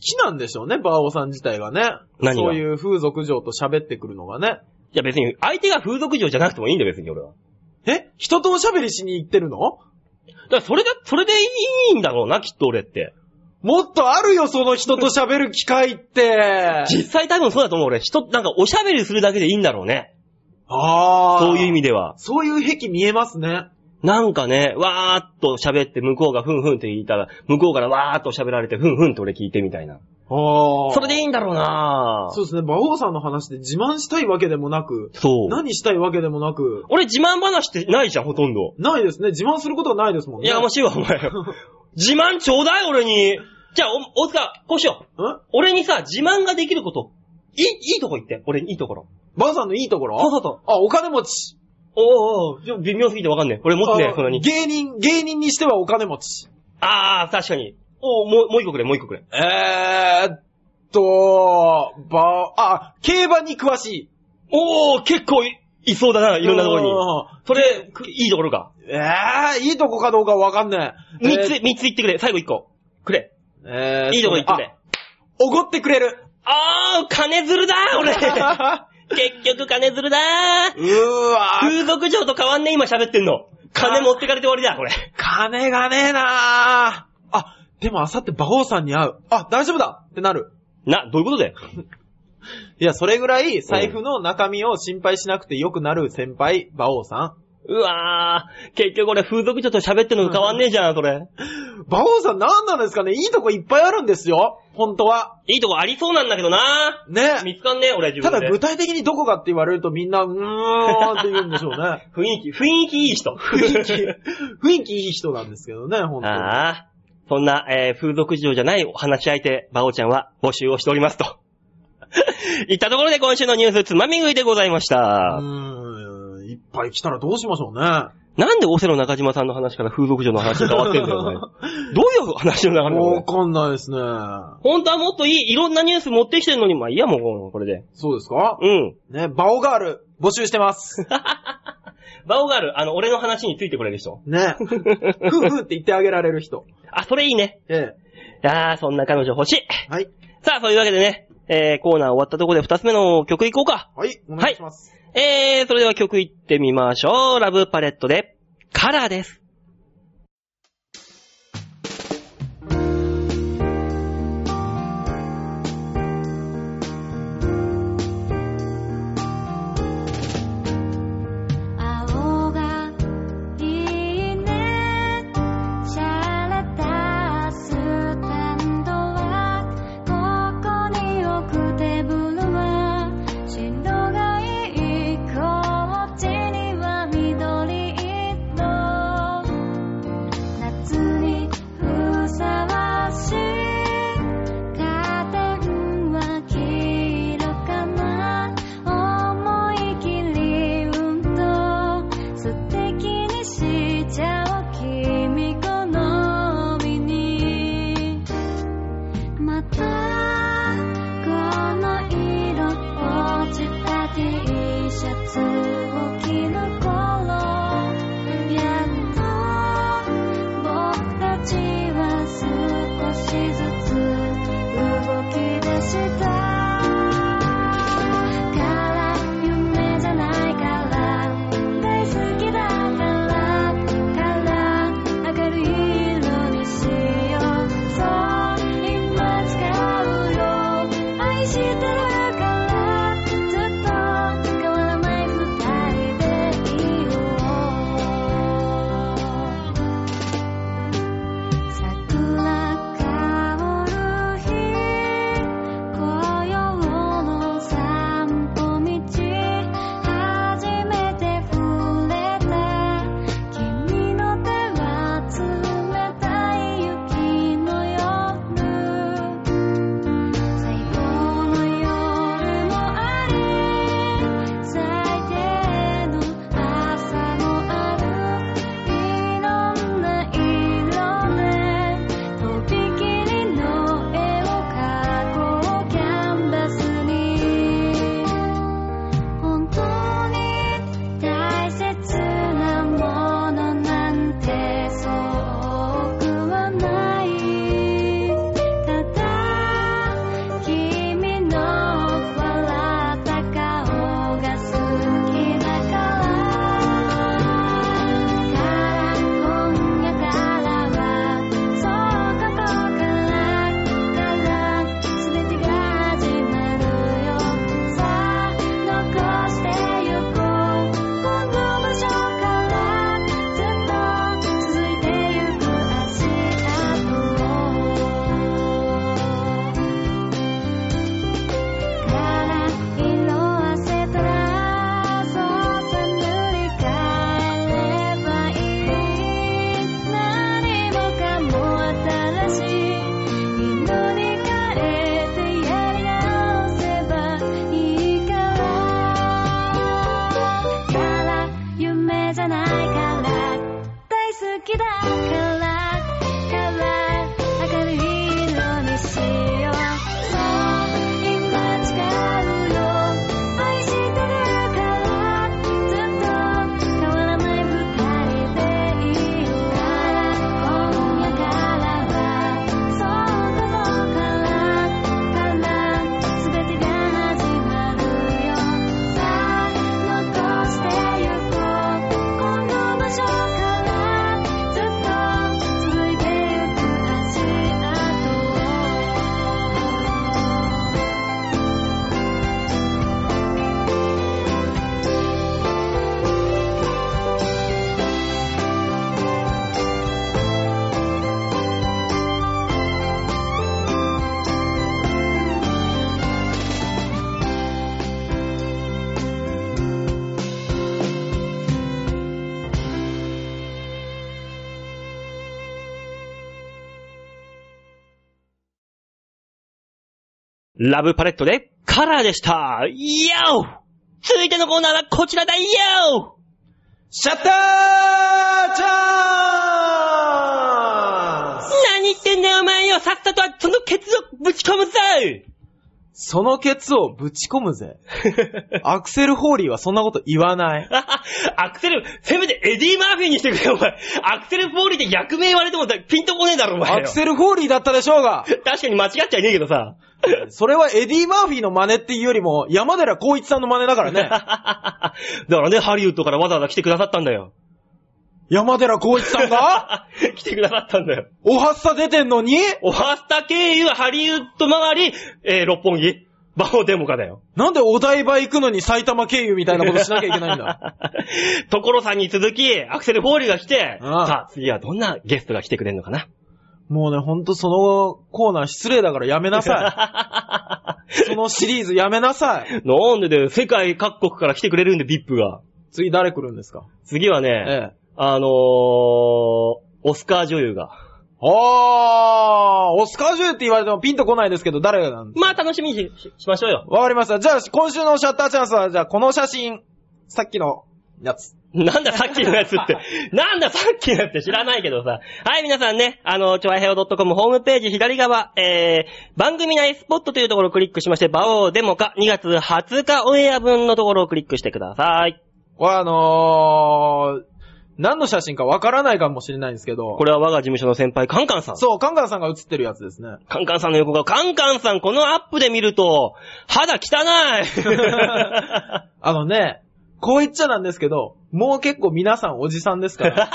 S3: きなんでしょうね、バーオさん自体がね。
S1: 何が
S3: そういう風俗嬢と喋ってくるのがね。
S1: いや別に、相手が風俗嬢じゃなくてもいいんだよ、別に俺は。
S3: え人とおしゃべりしに行ってるの
S1: だからそれが、それでいいんだろうな、きっと俺って。
S3: もっとあるよ、その人と喋る機会って。
S1: 実際多分そうだと思う、俺。人、なんかおしゃべりするだけでいいんだろうね。
S3: あー。
S1: そういう意味では。
S3: そういう癖見えますね。
S1: なんかね、わーっと喋って、向こうがふんふんって言ったら、向こうからわーっと喋られて、ふんふんって俺聞いてみたいな。
S3: あー。
S1: それでいいんだろうな
S3: そうですね、馬王さんの話で自慢したいわけでもなく、
S1: そう。
S3: 何したいわけでもなく、
S1: 俺自慢話ってないじゃん、ほとんど。
S3: ないですね、自慢することはないですもんね。
S1: やかましいわ、お前。自慢ちょうだい、俺に。じゃあ、お、大塚、こうしよう。
S3: ん
S1: 俺にさ、自慢ができること。いい、いいとこ行って。俺にいいところ。
S3: 馬王さんのいいところ
S1: そうそうそう。
S3: あ、お金持ち。
S1: おーおー、ちょ微妙すぎてわかんねえ。俺持ってねえ、そんなに
S3: あ。芸人、芸人にしてはお金持ち。
S1: あー、確かに。おー、もう、もう一個くれ、もう一個くれ。
S3: えーっと、ば、あ、競馬に詳しい。
S1: おー、結構い、いそうだな、いろんなところに。
S3: ろ
S1: それ、くいいところか。
S3: に。えー、いいとこかどうかわかんねえ。
S1: 三つ、三つ言ってくれ。最後一個。くれ。
S3: えー、えー
S1: いいとこ行ってくれ。
S3: おごってくれる。
S1: あー、金づるだー、
S3: う
S1: 俺。
S3: わ
S1: 結局金づるだー。
S3: ー、
S1: 風俗嬢と変わんねえ、今喋ってんの。金持ってかれて終わりだ、これ。
S3: 金がねえなーあ、でもあさって馬王さんに会う。あ、大丈夫だってなる。
S1: な、どういうことだよ。
S3: いや、それぐらい財布の中身を心配しなくて良くなる先輩、馬王さ
S1: うわー、結局俺風俗嬢と喋ってんのと変わんねえじゃん、それ。
S3: ん。馬王さん何なんですかねいいとこいっぱいあるんですよ。本当は。
S1: いいとこありそうなんだけどな
S3: ね。
S1: 見つかんねえ、俺自
S3: た
S1: 分
S3: だ
S1: で。
S3: 具体的にどこかって言われるとみんな、うーんって言うんでしょう ね。
S1: 雰囲気、雰囲気いい人。
S3: 雰囲気、雰囲気いい人なんですけどね、本当に。
S1: ああ。そんな、えー風俗事情じゃないお話し相手、バオちゃんは募集をしておりますと。 いったところで今週のニュースつまみ食いでございました。
S3: うーん、いっぱい来たらどうしましょうね。
S1: なんでオセロ中島さんの話から風俗嬢の話に変わってんだ よね。どういう話の流れなの
S3: わ
S1: これ
S3: かんないですね。
S1: 本当はもっといい、いろんなニュース持ってきてるのに、まあいいやもう、これで。
S3: そうですか
S1: うん。
S3: ね、バオガール、募集し てます。
S1: バオガール、あの、俺の話についてくれる人。
S3: ね。ふうふうって言ってあげられる人。
S1: あ、それいいね。
S3: え
S1: ああ、そんな彼女欲しい。
S3: え。はい。
S1: さあ、そういうわけでね、えー、コーナー終わったところで二つ目の曲いこうか。
S3: はい、お願いします。
S1: えー、それでは曲いってみましょう。ラブパレットで、カラーです。
S2: 青がいいねシャレたスタンドはここに置くテーブルは進路がいいこっちには緑色
S1: ラブパレットでカラーでしたイヤオ続いてのコーナーはこちらだイヤオ
S3: シャッターチャンス
S1: 何言ってんだよお前よさっさとそのケツをぶち込むぞ
S3: そのケツをぶち込む ぜ。アクセル・ホーリーはそんなこと言わない。
S1: アクセル、せめてエディ・マーフィーにしてくれよ、お前。アクセル・フォーリーって役名言われてもだピンとこねえだろ、お前よ。
S3: アクセル・ホーリーだったでしょうが、
S1: 確かに間違っちゃいねえけどさ。
S3: それはエディ・マーフィーの真似っていうよりも、山寺宏一さんの真似だか ら
S1: だ
S3: ね。
S1: からね、ハリウッドからわざわざ来てくださったんだよ。
S3: 山寺宏一さんが、
S1: 来てくださったんだよ。
S3: おはっさ出てんのに、
S1: オハスタ経由、ハリウッド周り、えー、六本木、バオデモカだよ。
S3: なんでお台場行くのに埼玉経由みたいなことしなきゃいけないん だ。
S1: ところさんに続き、アクセル・フォーリーが来て、
S3: ああ
S1: さあ、次はどんなゲストが来てくれるのかな。
S3: もうね、ほんとそのコーナー失礼だからやめなさい。 そのシリーズやめなさい。
S1: なんでだよ、世界各国から来てくれるんで、VIP が。
S3: 次誰来るんですか
S1: 次はね、
S3: ええ。
S1: あのー、オスカー女優が。
S3: あー、オスカージュって言われてもピンとこないですけど、誰なん
S1: まあ楽しみにししましょうよ。
S3: わかりました。じゃあ、今週のシャッターチャンスは、じゃあ、この写真、さっきのやつ。
S1: なんださっきのやつ って。なんださっきのやつって知らないけどさ。はい、皆さんね、あの、ちょあへお .com ホームページ左側、えー、番組内スポットというところをクリックしまして、バオーデモか2月20日オンエア分のところをクリックしてください。
S3: これあのー、何の写真かわからないかもしれないんですけど、
S1: これは我が事務所の先輩、カンカンさん。
S3: そう、カンカンさんが写ってるやつですね。
S1: カンカンさんの横顔。カンカンさん、このアップで見ると、肌汚い
S3: あのね、こう言っちゃなんですけど、もう結構皆さんおじさんです から、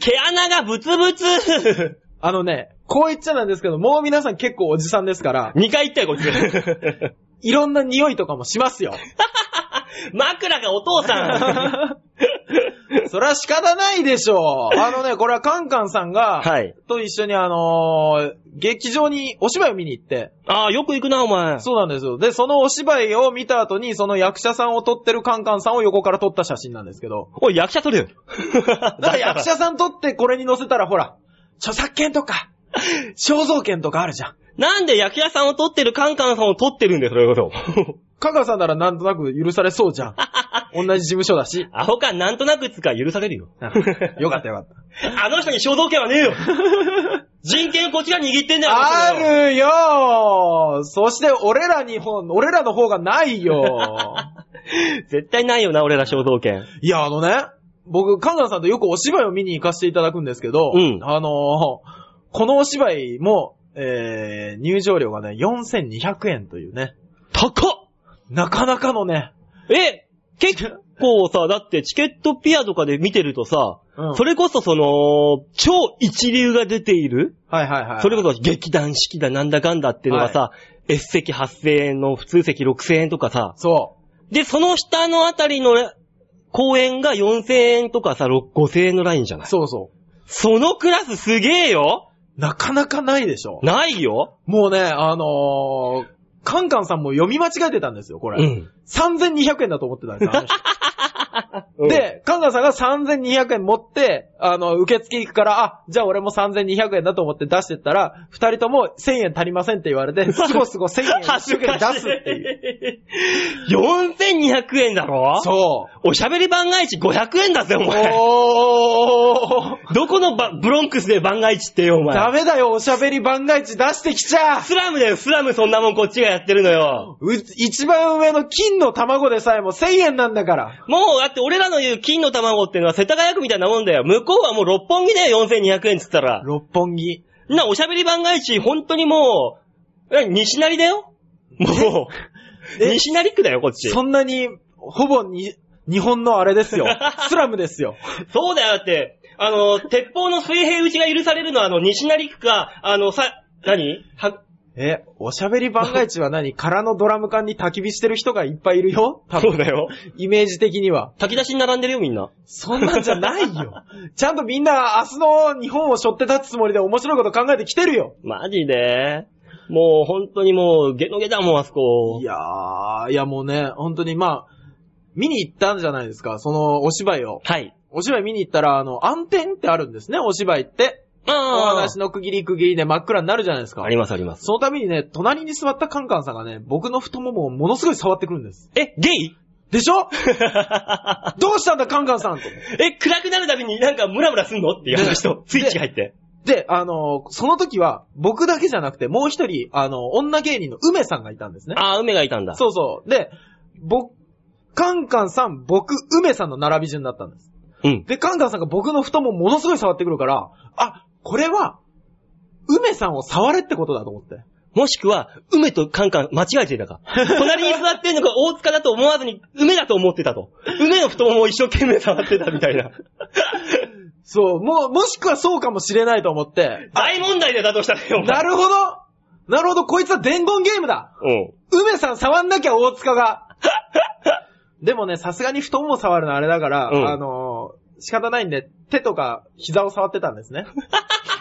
S1: 毛穴がブツブツ
S3: あのね、こう言っちゃなんですけど、もう皆さん結構おじさんですから、
S1: !2 回言ったよ、こいつ。
S3: いろんな匂いとかもしますよ。
S1: 枕がお父さん
S3: それは仕方ないでしょう。あのね、これはカンカンさんが、
S1: はい。
S3: と一緒にあのー劇場にお芝居を見に行って、
S1: ああ、よく行くな、お前。
S3: そうなんですよ。で、そのお芝居を見た後に、その役者さんを撮ってるカンカンさんを横から撮った写真なんですけど。
S1: おい、役者取れ よ。
S3: だから役者さん撮ってこれに載せたら、ほら、著作権とか、肖像権とかあるじゃん。
S1: なんで役者さんを取ってるカンカンさんを取ってるんだよ、それこ そ。
S3: カンカンさんならなんとなく許されそうじゃ ん。同じ事務所だ し。
S1: アホか、なんとなくつか許される よ。
S3: よかったよかった。
S1: あの人に肖像権は ねえよ。人権こっちが握ってんだよ。
S3: あ
S1: こっちが
S3: るよそして俺らにほ、俺らの方がないよ
S1: 絶対ないよな、俺ら肖像権。
S3: いや、あのね、僕、カンガンさんとよくお芝居を見に行かせていただくんですけど、
S1: うん
S3: あのーこのお芝居も、えー、入場料がね、4200円というね、
S1: 高っ
S3: なかなかのね、
S1: え、結構さ、だってチケットピアとかで見てるとさ、
S3: うん
S1: それこそその、超一流が出ている
S3: はいはいはい。
S1: それこそ劇団四季だなんだかんだっていうのがさ、S 席8000円の普通席6000円とかさ、
S3: そ
S1: で、その下のあたりの公園が4000円とかさ、ろ5000円のラインじゃない
S3: う、そうそ
S1: そのクラスすげえよ
S3: う。なかなかないでしょ。
S1: ないよ
S3: もうね、あのー、カンカンさんも読み間違えてたんですよ、これ。
S1: うん。
S3: 3200円だと思ってたんですよあの人で、カンガンさんが3200円持って、あの、受付行くから、あ、じゃあ俺も3200円だと思って出してったら、二人とも1000円足りませんって言われて、すごすご1000円一
S1: 恥
S3: 生
S1: ず
S3: 懸
S1: か
S3: 命
S1: し
S3: 出
S1: い
S3: すっていう。
S1: 4200円だろ
S3: そ
S1: おしゃべり番外地500円だぜ、お
S3: う。
S1: 前。
S3: おー。
S1: どこのばブロンクスで番外地ってよ、お前。
S3: ダメだよ、おしゃべり番外地出してきちゃ
S1: スラムだよ、スラムそんなもんこっちがやってるのよ。
S3: う一番上の金の卵でさえも1000円なんだから。
S1: もう、だって俺らの言う金の卵ってのは世田谷区みたいなもんだよ。向こうはもう六本木だよ、4200円っつったら。
S3: 六本木。
S1: な、おしゃべり番外地、本当にもう、え西成だよもう、
S3: え
S1: 西成区だよ、こっち。
S3: そ
S1: そ
S3: んなに、ほぼに、日本のあれですよ。スラムですよ。
S1: うだよ、だって、あの、鉄砲の水平打ちが許されるのは、あの、西成区か、あの、さ、何は、
S3: え、おしゃべり番外地は何空のドラム缶に焚き火してる人がいっぱいいるよ多
S1: そう
S3: 分、
S1: だよ。
S3: イメージ的には。
S1: 炊き出しに並んでるよ、みんな。
S3: そんなんじゃないよ。 ちゃんとみんな明日の日本を背負って立つつもりで面白いこと考えてきてるよ。
S1: マジでもう、本当にもう、ゲのゲだもん、あそこ
S3: い。やー、いやもうね、本当にまあ、見に行ったんじゃないですか、そのお芝居を。
S1: はい。
S3: お芝居見に行ったら、あの、暗転ってあるんですね、お芝居って。お
S1: あ
S3: 話の区切り区切りで真っ暗になるじゃないです
S1: あ。
S3: か
S1: あ。りますあります。
S3: そのためにね、隣に座ったカンカンさんがね、僕の太ももをものすごい触ってくるんです。
S1: え、ゲイ
S3: でしょ どうしたんだカンカンさんと。
S1: え、暗くなるたびになんかムラムラすんのっていう話と、スイッチ入って。
S3: で、あのーその時は、僕だけじゃなくて、もう一人、あのー女芸人の梅さんがいたんですね。
S1: ああ、梅がいたんだ。
S3: そうそう。で、僕、カンカンさん、僕、梅さんの並び順だったんです。
S1: うん。
S3: で、カンカンさんが僕の太ももものすごい触ってくるから、あ、これは、梅さんを触れってことだと思って。
S1: もしくは、梅とカンカン間違えていた か。隣に座ってるのが大塚だと思わずに、梅だと思ってたと。梅の太ももを一生懸命触ってたみたいな。
S3: そう、もう、もしくはそうかもしれないと 思って、
S1: 大問題だよ、だとしたらよ。
S3: なるほどなるほど、こいつは伝言ゲームだ
S1: うん。
S3: 梅さん触んなきゃ大塚がでもね、さすがに太もも触るのあれだから、
S1: うん
S3: あのー仕方ないんで、手とか膝を触ってたんですね。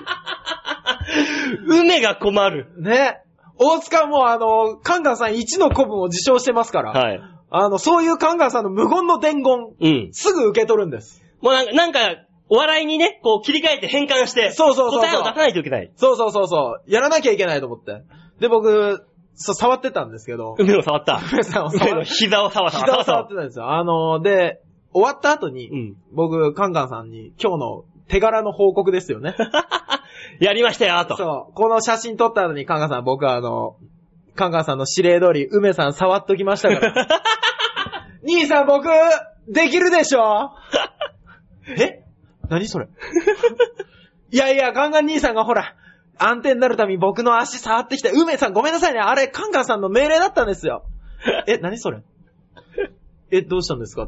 S1: 梅が困る。
S3: ね。大塚はもうあのーカンガンさん1の古文を自称してますから、
S1: はい。
S3: あの、そういうカンガンさんの無言の伝言、
S1: うん。
S3: すぐ受け取るんです。
S1: もうなんか、なんか、お笑いにね、こう切り替えて変換して、
S3: そうそうそうそう
S1: 答えを出さないといけない。
S3: そうそうそうそう、やらなきゃいけないと思って。で、僕、そう、触ってたんですけど、
S1: 梅を触った。
S3: 梅さんを
S1: 梅
S3: 触
S1: の
S3: る。
S1: 膝を触った。
S3: 膝を触ってたんで すよ。あのーで、終わった後に、
S1: うん
S3: 僕、カンカンさんに今日の手柄の報告です よね。
S1: やりましたよ、と。
S3: そう。この写真撮った後にカンカンさん、僕はあの、カンカンさんの指令通り、梅さん触っときましたから。 兄さん僕、できるでしょ え何それ いやいや、カンカン兄さんがほら、安定になるために僕の足触ってきて、梅さんごめんなさいね。あれ、カンカンさんの命令だったんですよ。 え、何それえ、どうしたんですか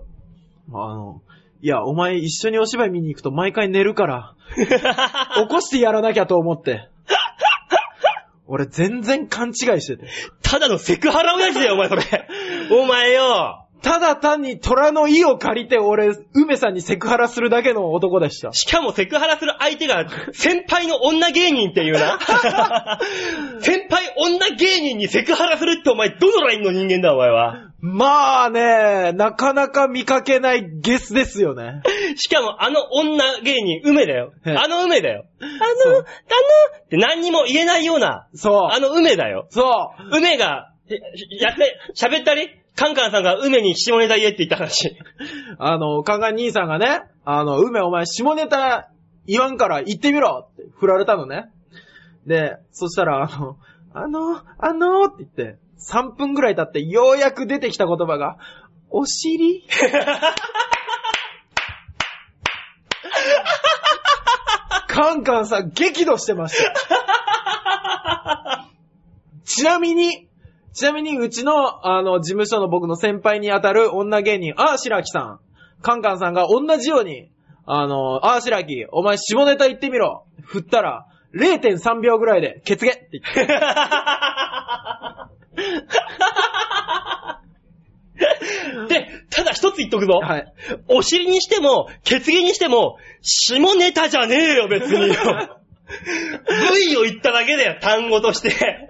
S3: あの、いや、お前一緒にお芝居見に行くと毎回寝るから、 起こしてやらなきゃと思って。俺全然勘違いしてて。
S1: ただのセクハラ親父だよ、お前そ れ。お前よ。
S3: ただ単に虎の意を借りて俺、梅さんにセクハラするだけの男でした。
S1: しかもセクハラする相手が、先輩の女芸人っていう な。先輩女芸人にセクハラするってお前、どのラインの人間だ、お前は。
S3: まあね、なかなか見かけないゲスですよね。
S1: しかも、あの女芸人、梅だよ。
S3: ええ
S1: あの梅だよ。あの、あの、って何にも言えないような、
S3: そう。
S1: あの梅だよ。
S3: そう。
S1: 梅が、やって、喋ったり、カンカンさんが梅に下ネタ言えって言った話。
S3: あの、カンカン兄さんがね、あの、梅お前下ネタ言わんから言ってみろって振られたのね。で、そしたら、あの、あの、あのーって言って、3分ぐらい経ってようやく出てきた言葉が、お尻カンカンさん激怒してました。ちなみに、ちなみに、うちの、あの、事務所の僕の先輩にあたる女芸人、あーしらきさん。カンカンさんが同じように、あの、あーしらき、お前下ネタ言ってみろ。振ったら、0.3秒ぐらいで、ケツゲって言って。
S1: で、ただ一つ言っとくぞ。
S3: はい。
S1: お尻にしても、血芸にしても、下ネタじゃねえよ、別によ。部位を言っただけだよ、単語として。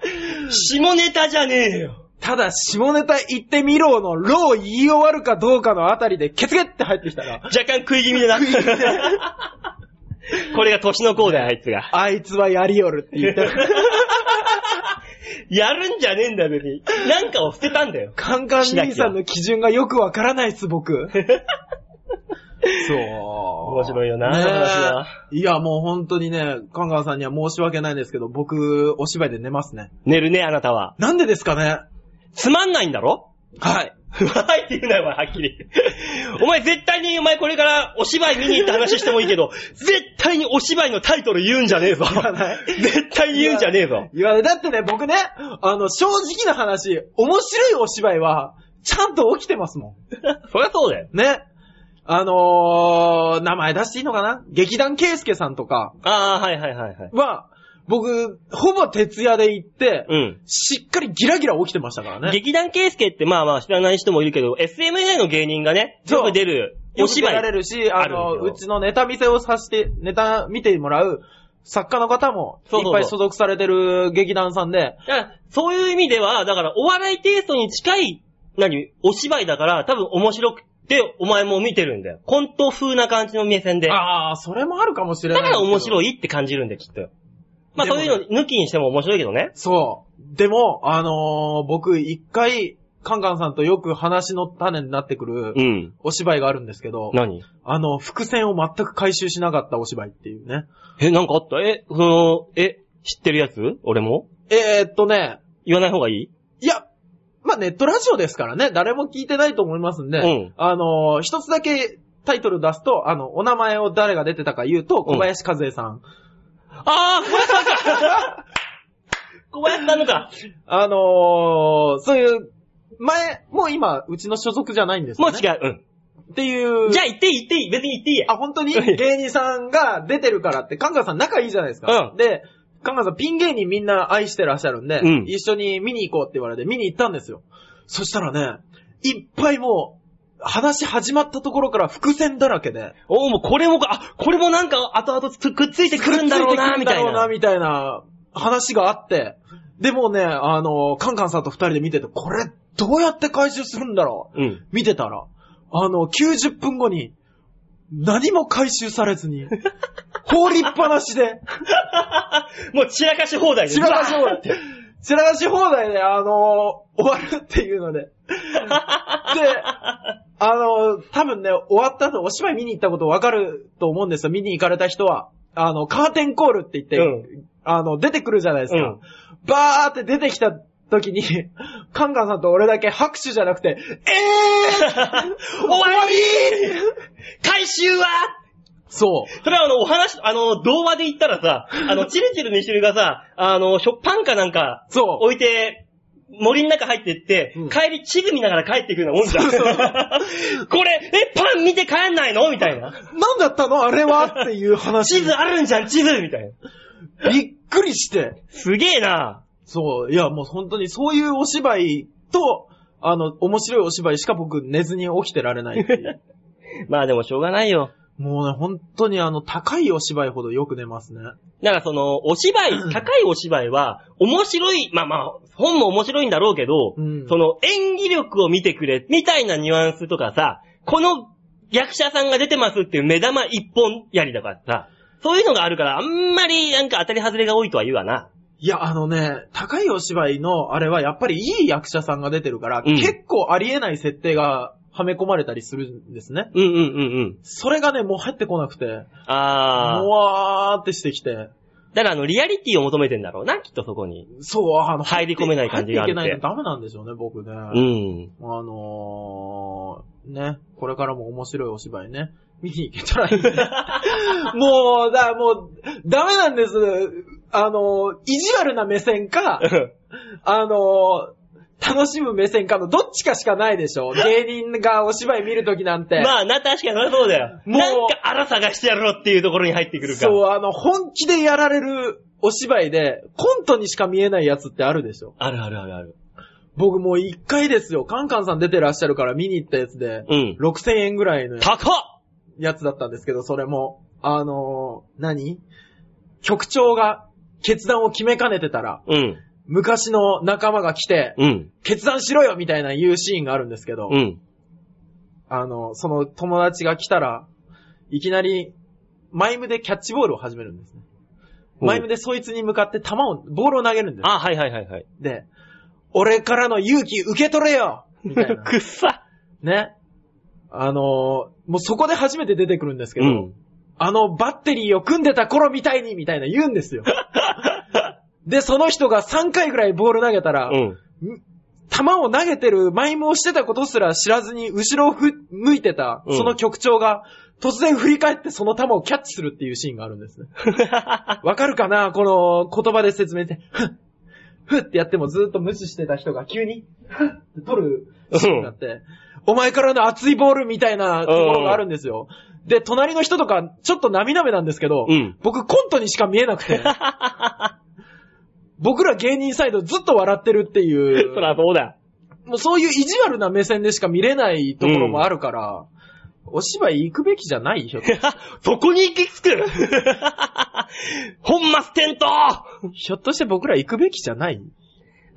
S1: 下ネタじゃねえよ。
S3: ただ、下ネタ言ってみろの、ろを言い終わるかどうかのあたりで、ケツゲって入ってきたら、
S1: 若干食い気味でな。これが年の功だよ、あいつが。
S3: あいつはやりよるって言って。
S1: やるんじゃねえんだよ、別に。なんかを捨てたんだよ。
S3: カンカン兄さんの基準がよくわからないっす、僕。そう。面
S1: 白いよなその話はい
S3: や、もう本当にね、カンカンさんには申し訳ないんですけど、僕、お芝居で寝ますね。
S1: 寝るね、あなたは。
S3: なんでですかね
S1: つまんないんだろ
S3: はい。
S1: はいって言うなよ、お前、はっきり。お前、絶対に、お前、これからお芝居見に行った話してもいいけ ど、絶対にお芝居のタイトル言うんじゃねえぞ。
S3: わない
S1: 絶対に言うんじゃねえぞ。
S3: いや、だってね、僕ね、あの、正直な話、面白いお芝居は、ちゃんと起きてますも
S1: そりゃそうだよ。
S3: ん。ね。あのー、名前出していいのかな劇団圭介さんとか
S1: ああ、はいはいはいはい。
S3: は、僕、ほぼ徹夜で行って、
S1: うん。
S3: しっかりギラギラ起きてましたからね。
S1: 劇団圭介って、まあまあ、知らない人もいるけど、SMA の芸人がね、
S3: そう
S1: よく出る、
S3: よ
S1: お
S3: く出
S1: 芝
S3: られ
S1: 居。
S3: るし、あ
S1: あ
S3: の、
S1: るんですよ
S3: うちのネタ見せをさして、ネタ見てもらう作家の方も、い
S1: そうそうそう
S3: っぱい所属されてる劇団さんで、
S1: だからそういう意味では、だから、お笑いテイストに近い、何、お芝居だから、多分面白くで、お前も見てるんだよ。コント風な感じの目線で。だ
S3: ああ、それもあるかもしれない。
S1: から面白
S3: い。
S1: いって感じるんだよ、きっとよ。まあ
S3: で
S1: そ
S3: も
S1: う
S3: ね
S1: いうの抜きにしても面白いけどね。
S3: そう。でも、あのー僕、一回、カンカンさんとよく話の種になってくる
S1: うん。
S3: お芝居があるんですけど、
S1: 何
S3: あの、伏線を全く回収しなかったお芝居っていうね。
S1: え、なんかあったえ、その、え、知ってるやつ俺も
S3: えー、っとね、
S1: 言わない方がいい
S3: いや、まあネットラジオですからね、誰も聞いてないと思いますんで、
S1: うん
S3: あのー一つだけタイトル出すと、あの、お名前を誰が出てたか言うと、小林和恵さん。
S1: ああ、小林さんか小林さんのか。
S3: あのーそういう、前、もう今、うちの所属じゃないんです
S1: も
S3: よ、
S1: う
S3: ね。
S1: 違う。うん。
S3: っていう。
S1: じゃあ言っていい言っていい。別に言っていいや。
S3: あ、本当に芸人さんが出てるからって、カンカンさん仲いいじゃないですか。
S1: うん
S3: で、カンカンさんピン芸人みんな愛してらっしゃるんで、
S1: うん
S3: 一緒に見に行こうって言われて見に行ったんですよ。そしたらね、いっぱいもう、話始まったところから伏線だらけで、
S1: おお、もうこれもか、あ、これもなんか後々つくっついてくるんだろうな、
S3: つ
S1: みた
S3: てくるんだ
S1: い
S3: ろうな、
S1: な。
S3: みたいな話があって、でもうね、あの、カンカンさんと二人で見てて、これどうやって回収するんだろう
S1: うん。
S3: 見てたら、あの、90分後に、何も回収されず に、放りっぱなしで、
S1: もう散らかし放題で
S3: 散らかし放題って。散らかし放題で、あのー終わるってい うので。で、あのー多分ね、終わった後、お芝居見に行ったことわかると思うんですよ。見に行かれた人は。あの、カーテンコールって言って、
S1: う
S3: あの、出てくるじゃないですか。
S1: うん
S3: バーって出てきた時に、 カンカンさんと俺だけ拍手じゃなくて、えー
S1: 終わり回収は
S3: そう。
S1: それはあの、お話、あの、動画で言ったらさ、あの、チルチルミシルがさ、あの、食パンかなんか、
S3: そう。
S1: 置いて、森の中入ってって、
S3: うん
S1: 帰り地図見ながら帰っていくようなもんじゃん。 これ、え、パン見て帰んないのみたいな。
S3: なんだったのあれはっていう話
S1: 地。図あるんじゃん、地図みたいな。
S3: びっくりして。
S1: すげえな
S3: そう。いや、もう本当にそういうお芝居と、あの、面白いお芝居しか僕寝ずに起きてられないって いう。
S1: まあでもしょうがないよ。
S3: もうね、本当にあの、高いお芝居ほどよく寝ますね。
S1: だからその、お芝居、高いお芝居は、面白い、まあまあ、本も面白いんだろうけど、
S3: うん
S1: その演技力を見てくれ、みたいなニュアンスとかさ、この役者さんが出てますっていう目玉一本やりだからさ、そういうのがあるから、あんまりなんか当たり外れが多いとは言うわな。
S3: いや、あのね、高いお芝居のあれはやっぱりいい役者さんが出てるから、
S1: うん
S3: 結構ありえない設定がはめ込まれたりするんですね。
S1: うんうんうんうん。
S3: それがね、もう入ってこなくて、
S1: あ
S3: も
S1: ー。
S3: わーってしてきて、
S1: だからあの、リアリティを求めてんだろうな、きっとそこに。
S3: そう、あの、
S1: 入り込めない感じがあるって
S3: 入っていけないのダメなんでしょうね、僕
S1: う
S3: ね。
S1: ん。
S3: あのー、ね、これからも面白いお芝居 ね、見に行けたらいいね。 もう、だ、もう、ダメなんです。あのー、意地悪な目線 か、あのー、楽しむ目線かのどっちかしかないでし ょ。芸人がお芝居見るときなんて。
S1: まあな、確かにそりゃそうだよ。
S3: もう
S1: なんか荒探してやろうっていうところに入ってくるから。
S3: そう、あの、本気でやられるお芝居で、コントにしか見えないやつってあるでしょ。
S1: あるあるあるある。
S3: 僕もう一回ですよ、カンカンさん出てらっしゃるから見に行ったやつで、
S1: うん。
S3: 6000円ぐらいのやつ
S1: 高っ
S3: やつだったんですけど、それも、あのー何局長が決断を決めかねてたら、
S1: うん。
S3: 昔の仲間が来て、
S1: うん。
S3: 決断しろよみたいな言うシーンがあるんですけど、
S1: うん。
S3: あの、その友達が来たら、いきなり、マイムでキャッチボールを始めるんですね。
S1: うん
S3: マイムでそいつに向かって球を、ボールを投げるんです。
S1: あ、はいはいはいはい。
S3: で、俺からの勇気受け取れよみたい な。
S1: くっさ
S3: ね。あのーもうそこで初めて出てくるんですけ
S1: う
S3: ど、
S1: ん。
S3: あのバッテリーを組んでた頃みたいに、みたいな言うんで すよ。で、その人が3回ぐらいボール投げたら、
S1: うん。
S3: 球を投げてるマイムをしてたことすら知らずに、後ろをふ向いてた、
S1: うん
S3: その局長が、突然振り返ってその球をキャッチするっていうシーンがあるんですね。わかるかなこの言葉で説明して、ふっ、ふってやってもずっと無視してた人が急に、ふっって取るシーンがあって、お前からの熱いボールみたいなところがあるんですよ。で、隣の人とか、ちょっと涙目なんですけど、
S1: うん
S3: 僕コントにしか見えなく て、僕ら芸人サイドずっと笑ってるってい
S1: そ
S3: う。
S1: らそうだ。
S3: もうそういう意地悪な目線でしか見れないところもあるから、お芝居行くべきじゃないひょ
S1: そこに行き着く本末転倒
S3: ひょっとして僕ら行くべきじゃない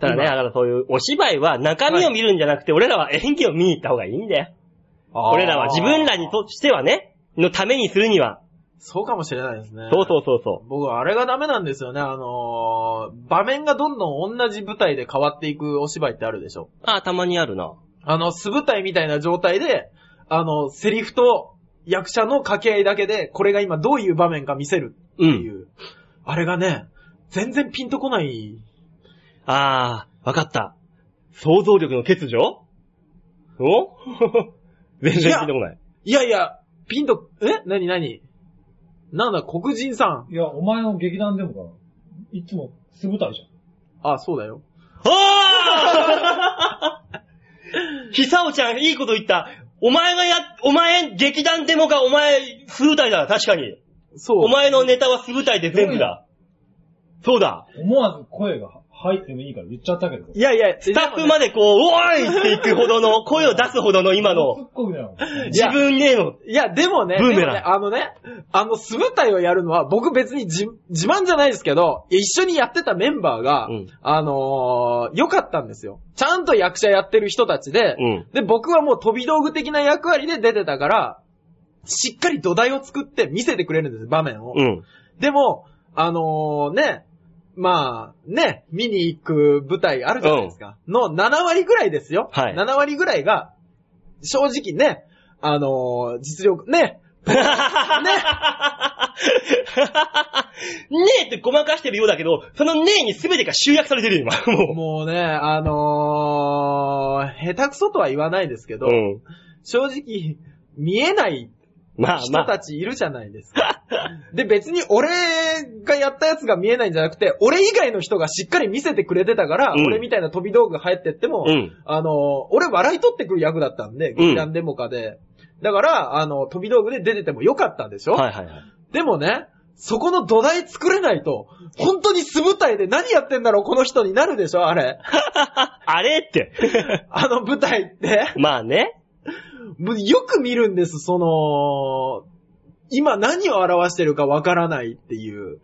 S1: ただね、
S3: 今
S1: だからそういうお芝居は中身を見るんじゃなくて、俺らは演技を見に行った方がいいんだよ。
S3: あー
S1: 俺らは自分らにとしてはね、のためにするには。
S3: そうかもしれないですね。
S1: そうそうそうそう。
S3: 僕はあれがダメなんですよね。あのー場面がどんどん同じ舞台で変わっていくお芝居ってあるでしょ。
S1: ああ、たまにあるな。
S3: あの、素舞台みたいな状態で、あの、セリフと役者の掛け合いだけで、これが今どういう場面か見せるっていう。あれがね、全然ピンとこない。
S1: ああ、わかった。想像力の欠如お 全然聞いてこない。
S3: いやいや、ピンと、えなになになんだ、黒人さん。
S4: いや、お前の劇団でもかな。いつも素舞台じゃん。
S3: あ、そうだよ。
S1: ああひさおちゃん、いいこと言った。お前がや、お前、劇団デモか、お前、素舞台だ、確かに。
S3: そう。
S1: お前のネタは素舞台で全部だ。そうだ。
S4: 思わず声が入ってもいいから言っちゃったけど。
S3: いやいや、
S1: スタッフまでこう、おーいっていくほど の、声を出すほどの今
S4: 突
S1: の、
S4: っ込みだよ。
S3: いや
S1: 自分への、
S3: いや、でもね、
S1: ブーメラン
S3: でもねあのね、あの素舞台をやるのは僕別に自自慢じゃないですけど、いや一緒にやってたメンバーが、
S1: うん
S3: あのー良かったんですよ。ちゃんと役者やってる人たちで、
S1: うん
S3: で、僕はもう飛び道具的な役割で出てたから、しっかり土台を作って見せてくれるんです、場面を。
S1: うん。
S3: でも、あのーね、まあ、ね、見に行く舞台あるじゃないですか。の7割ぐらいですよ。
S1: はい
S3: 7割ぐらいが、正直ね、あのー実力、ね、
S1: ねねえってごまかしてるようだけど、そのねえに全てが集約されてるよ、今。も
S3: もうね、あのー下手くそとは言わないですけ
S1: う。
S3: ど、
S1: うん。
S3: 正直、見えない
S1: まあま
S3: 人
S1: あ
S3: た。ちいるじゃないですか。 で、別に俺がやったやつが見えないんじゃなくて、俺以外の人がしっかり見せてくれてたから、
S1: うん
S3: 俺みたいな飛び道具入ってっても、
S1: うん
S3: あの、俺笑い取ってくる役だったんで、劇団デモカで。だから、あの、飛び道具で出ててもよかったんでしょ、
S1: はいはいはい。
S3: でもね、そこの土台作れないと、本当に素舞台で何やってんだろう、この人になるでしょ あれ。
S1: あれって。
S3: あの舞台って。
S1: まあね。
S3: もうよく見るんです、その、今何を表してるかわからないっていう。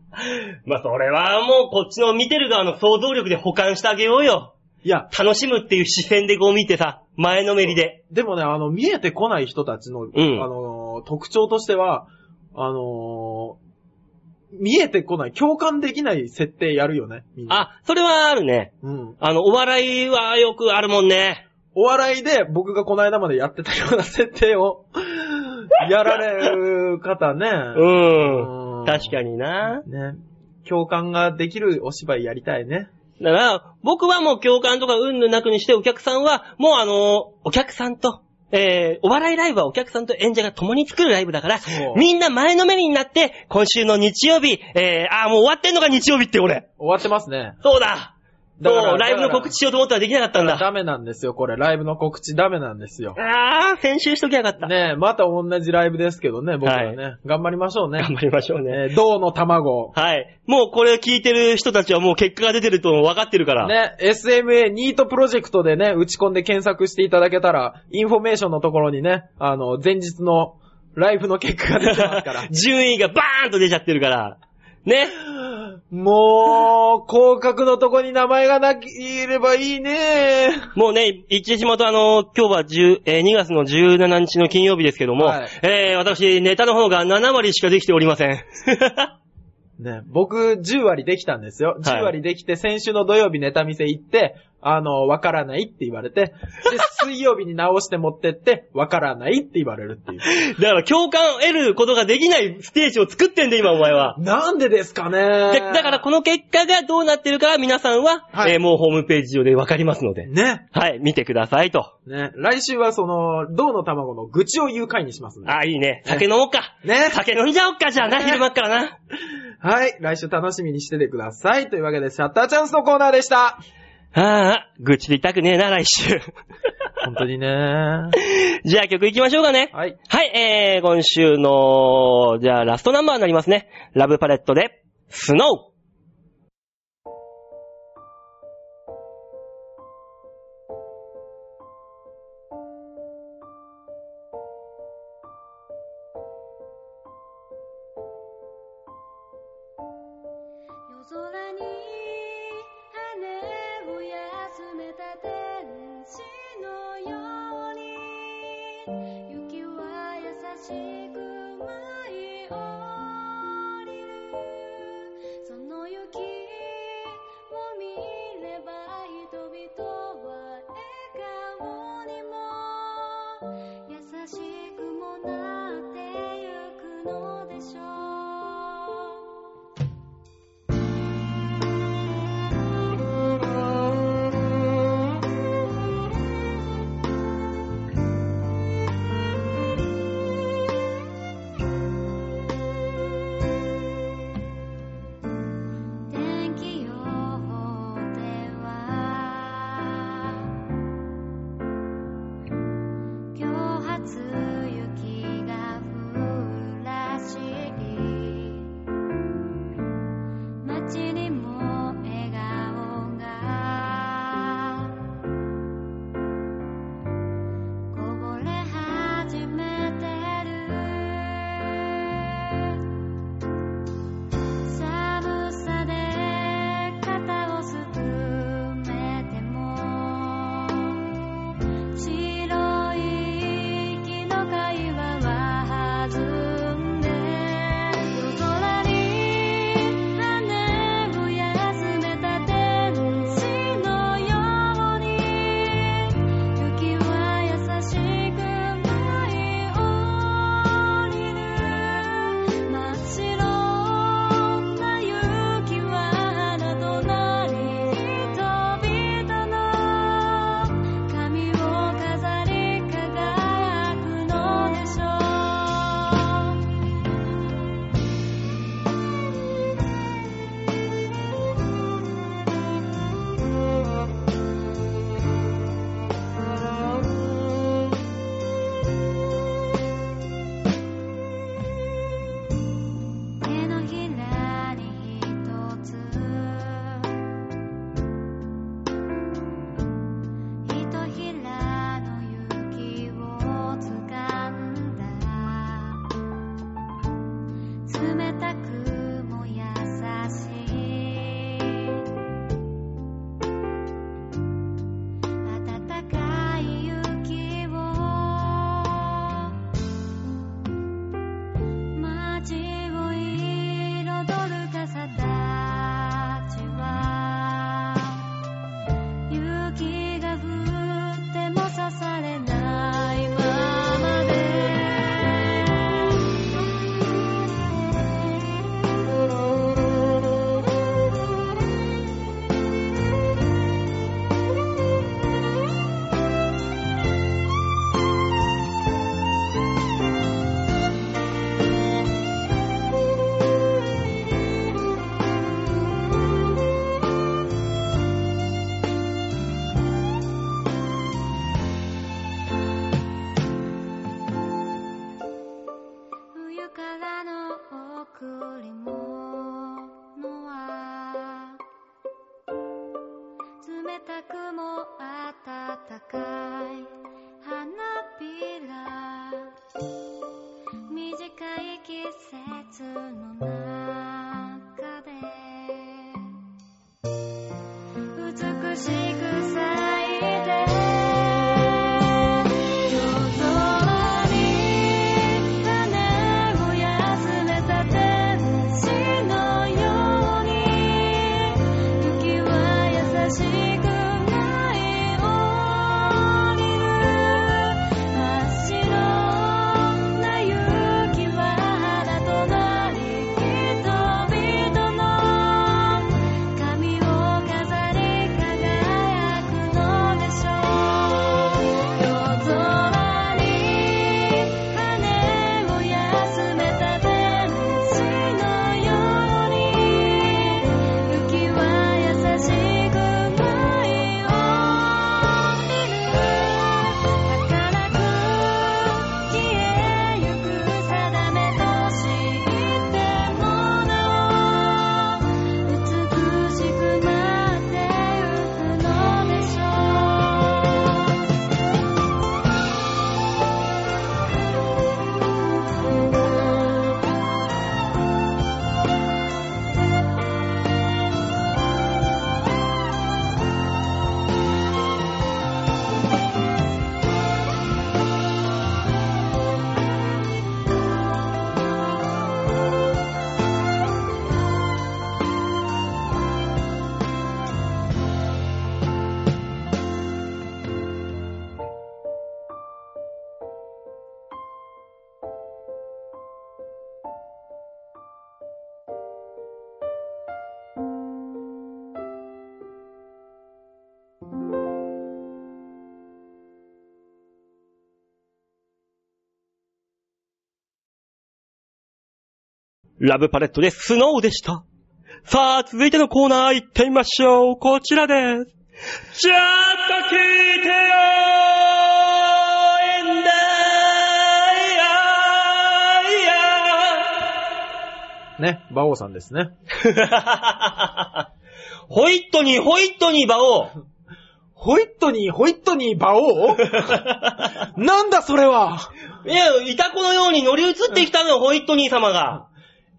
S1: まあそれはもうこっちの見てる側の想像力で保管してあげようよ。
S3: いや、
S1: 楽しむっていう視線でこう見てさ、前のめりで。
S3: でもね、あの、見えてこない人たちの、
S1: ん
S3: あの、特徴としては、あの、見えてこない、共感できない設定やるよね、みんな。あ
S1: あ、それはあるね。
S3: うん。
S1: あの、お笑いはよくあるもんね。
S3: お笑いで僕がこの間までやってたような設定を、 やられる方ね。
S1: うん。
S3: うん
S1: 確かにな。
S3: ね。共感ができるお芝居やりたいね。
S1: だから、僕はもう共感とかうんぬなくにして、お客さんは、もうあの、お客さんと、えー、お笑いライブはお客さんと演者が共に作るライブだから
S3: そう、
S1: みんな前のめりになって、今週の日曜日、えー、あー、もう終わってんのが日曜日って俺。
S3: 終わってますね。
S1: そうだ
S3: だから
S1: そうライブの告知しようと思ったらできなかったんだ。
S3: ダメなんですよ、これ。ライブの告知ダメなんですよ。
S1: あー、先週しときゃよかった。
S3: ねえ、また同じライブですけどね、僕らね。頑張りましょうね。
S1: 頑張りましょうね。
S3: えー銅の卵。
S1: はい。もうこれ聞いてる人たちはもう結果が出てると分かってるから。
S3: ね、SMA ニートプロジェクトでね、打ち込んで検索していただけたら、インフォメーションのところにね、あの、前日のライブの結果が出てま すから。
S1: 順位がバーンと出ちゃってるから。ね。
S3: もう、広角のとこに名前がなければいいね
S1: もうね、一島とあの、今日は10、えー2月の17日の金曜日ですけども、
S3: はい
S1: えー私、ネタの方が7割しかできておりません。
S3: ね、僕、10割できたんですよ。
S1: はい
S3: 10割できて、先週の土曜日ネタ見せ行って、あの、わからないって言わ れて、で、水曜日に直して持ってって、わからないって言われるっていう。
S1: だから共感を得ることができないステージを作ってんだ、今お前は。
S3: なんでですかね
S1: でだからこの結果がどうなってるかは皆さんは、
S3: はい
S1: えーもうホームページ上で分かりますので。
S3: ね。
S1: はい、見てくださいと。
S3: ね。来週はその、銅の卵の愚痴を言う回にしますんで。
S1: あー、いいね。酒飲もうか。
S3: ね。
S1: 酒飲んじゃおっか、じゃあな、
S3: ね
S1: 昼間っからな。
S3: はい。来週楽しみにしててください。というわけで、シャッターチャンスのコーナーでした。
S1: ああ、愚痴りたくねえな、来週。
S3: 本当にね。
S1: じゃあ曲行きましょうかね。
S3: はい。
S1: はい、えー、今週の、じゃあラストナンバーになりますね。ラブパレットで、スノ
S2: 夜空に羽を休めた天使のように行からの贈り物は冷たくも暖かい花びら短い季節の中で美しく咲いて夜空に羽を休めた天使のように時は優しく舞い降りる真っ白な雪は花となり人々の髪を飾り輝くのでしょう夜空に羽を休めた天使のように雪は優しく舞い降りる儚く消えゆく定めとしていてもなお美しくなってゆくのでしょう
S1: ラブパレットでスノーでした。さあ、続いてのコーナー行ってみましょう。こちらです。ちょっと聞いてよーインダ
S3: ね、馬王さんですね。
S1: ーイヤーホイットニー、ホイットニー、馬王
S3: ホイットニー、ホイットニー、馬 王なんだそれはい
S1: や、イタコのように乗り移ってきたのよ、ホイットニー様が。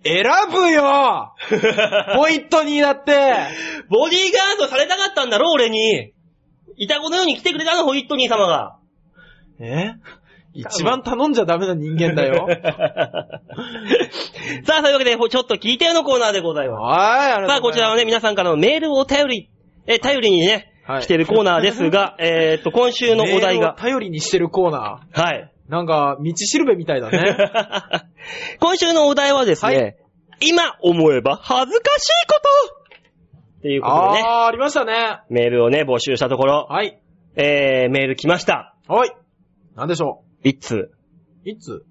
S3: 選ぶよホイットニーだって
S1: ボディーガードされたかったんだろ、俺に。イタコのように来てくれたの、ホイットニー様が。
S3: え一番頼んじゃダメな人間 だよ。
S1: さあ、というわけで、ほちょっと聞いてよのコーナーでございます。
S3: はい、ありが
S1: さ
S3: と
S1: あ、
S3: うご
S1: こち
S3: ざい
S1: らは
S3: ます
S1: ね、皆さんからのメールを頼り、え、頼りにね、
S3: はい
S1: 来てるコーナーです が、えーっと、今週のお題
S3: メールを
S1: が、
S3: 頼りにしてるコーナ
S1: はい。
S3: ー。なんか、道しるべみた いだね。
S1: 今週のお題はですね、
S3: はい
S1: 今思えば恥ずかしいことっていうことでね、
S3: あー、ありましたね。
S1: メールをね、募集したところ、
S3: はい。
S1: えー、メール来ました。
S3: はい。なんでしょ
S1: 一通。
S3: う。いつ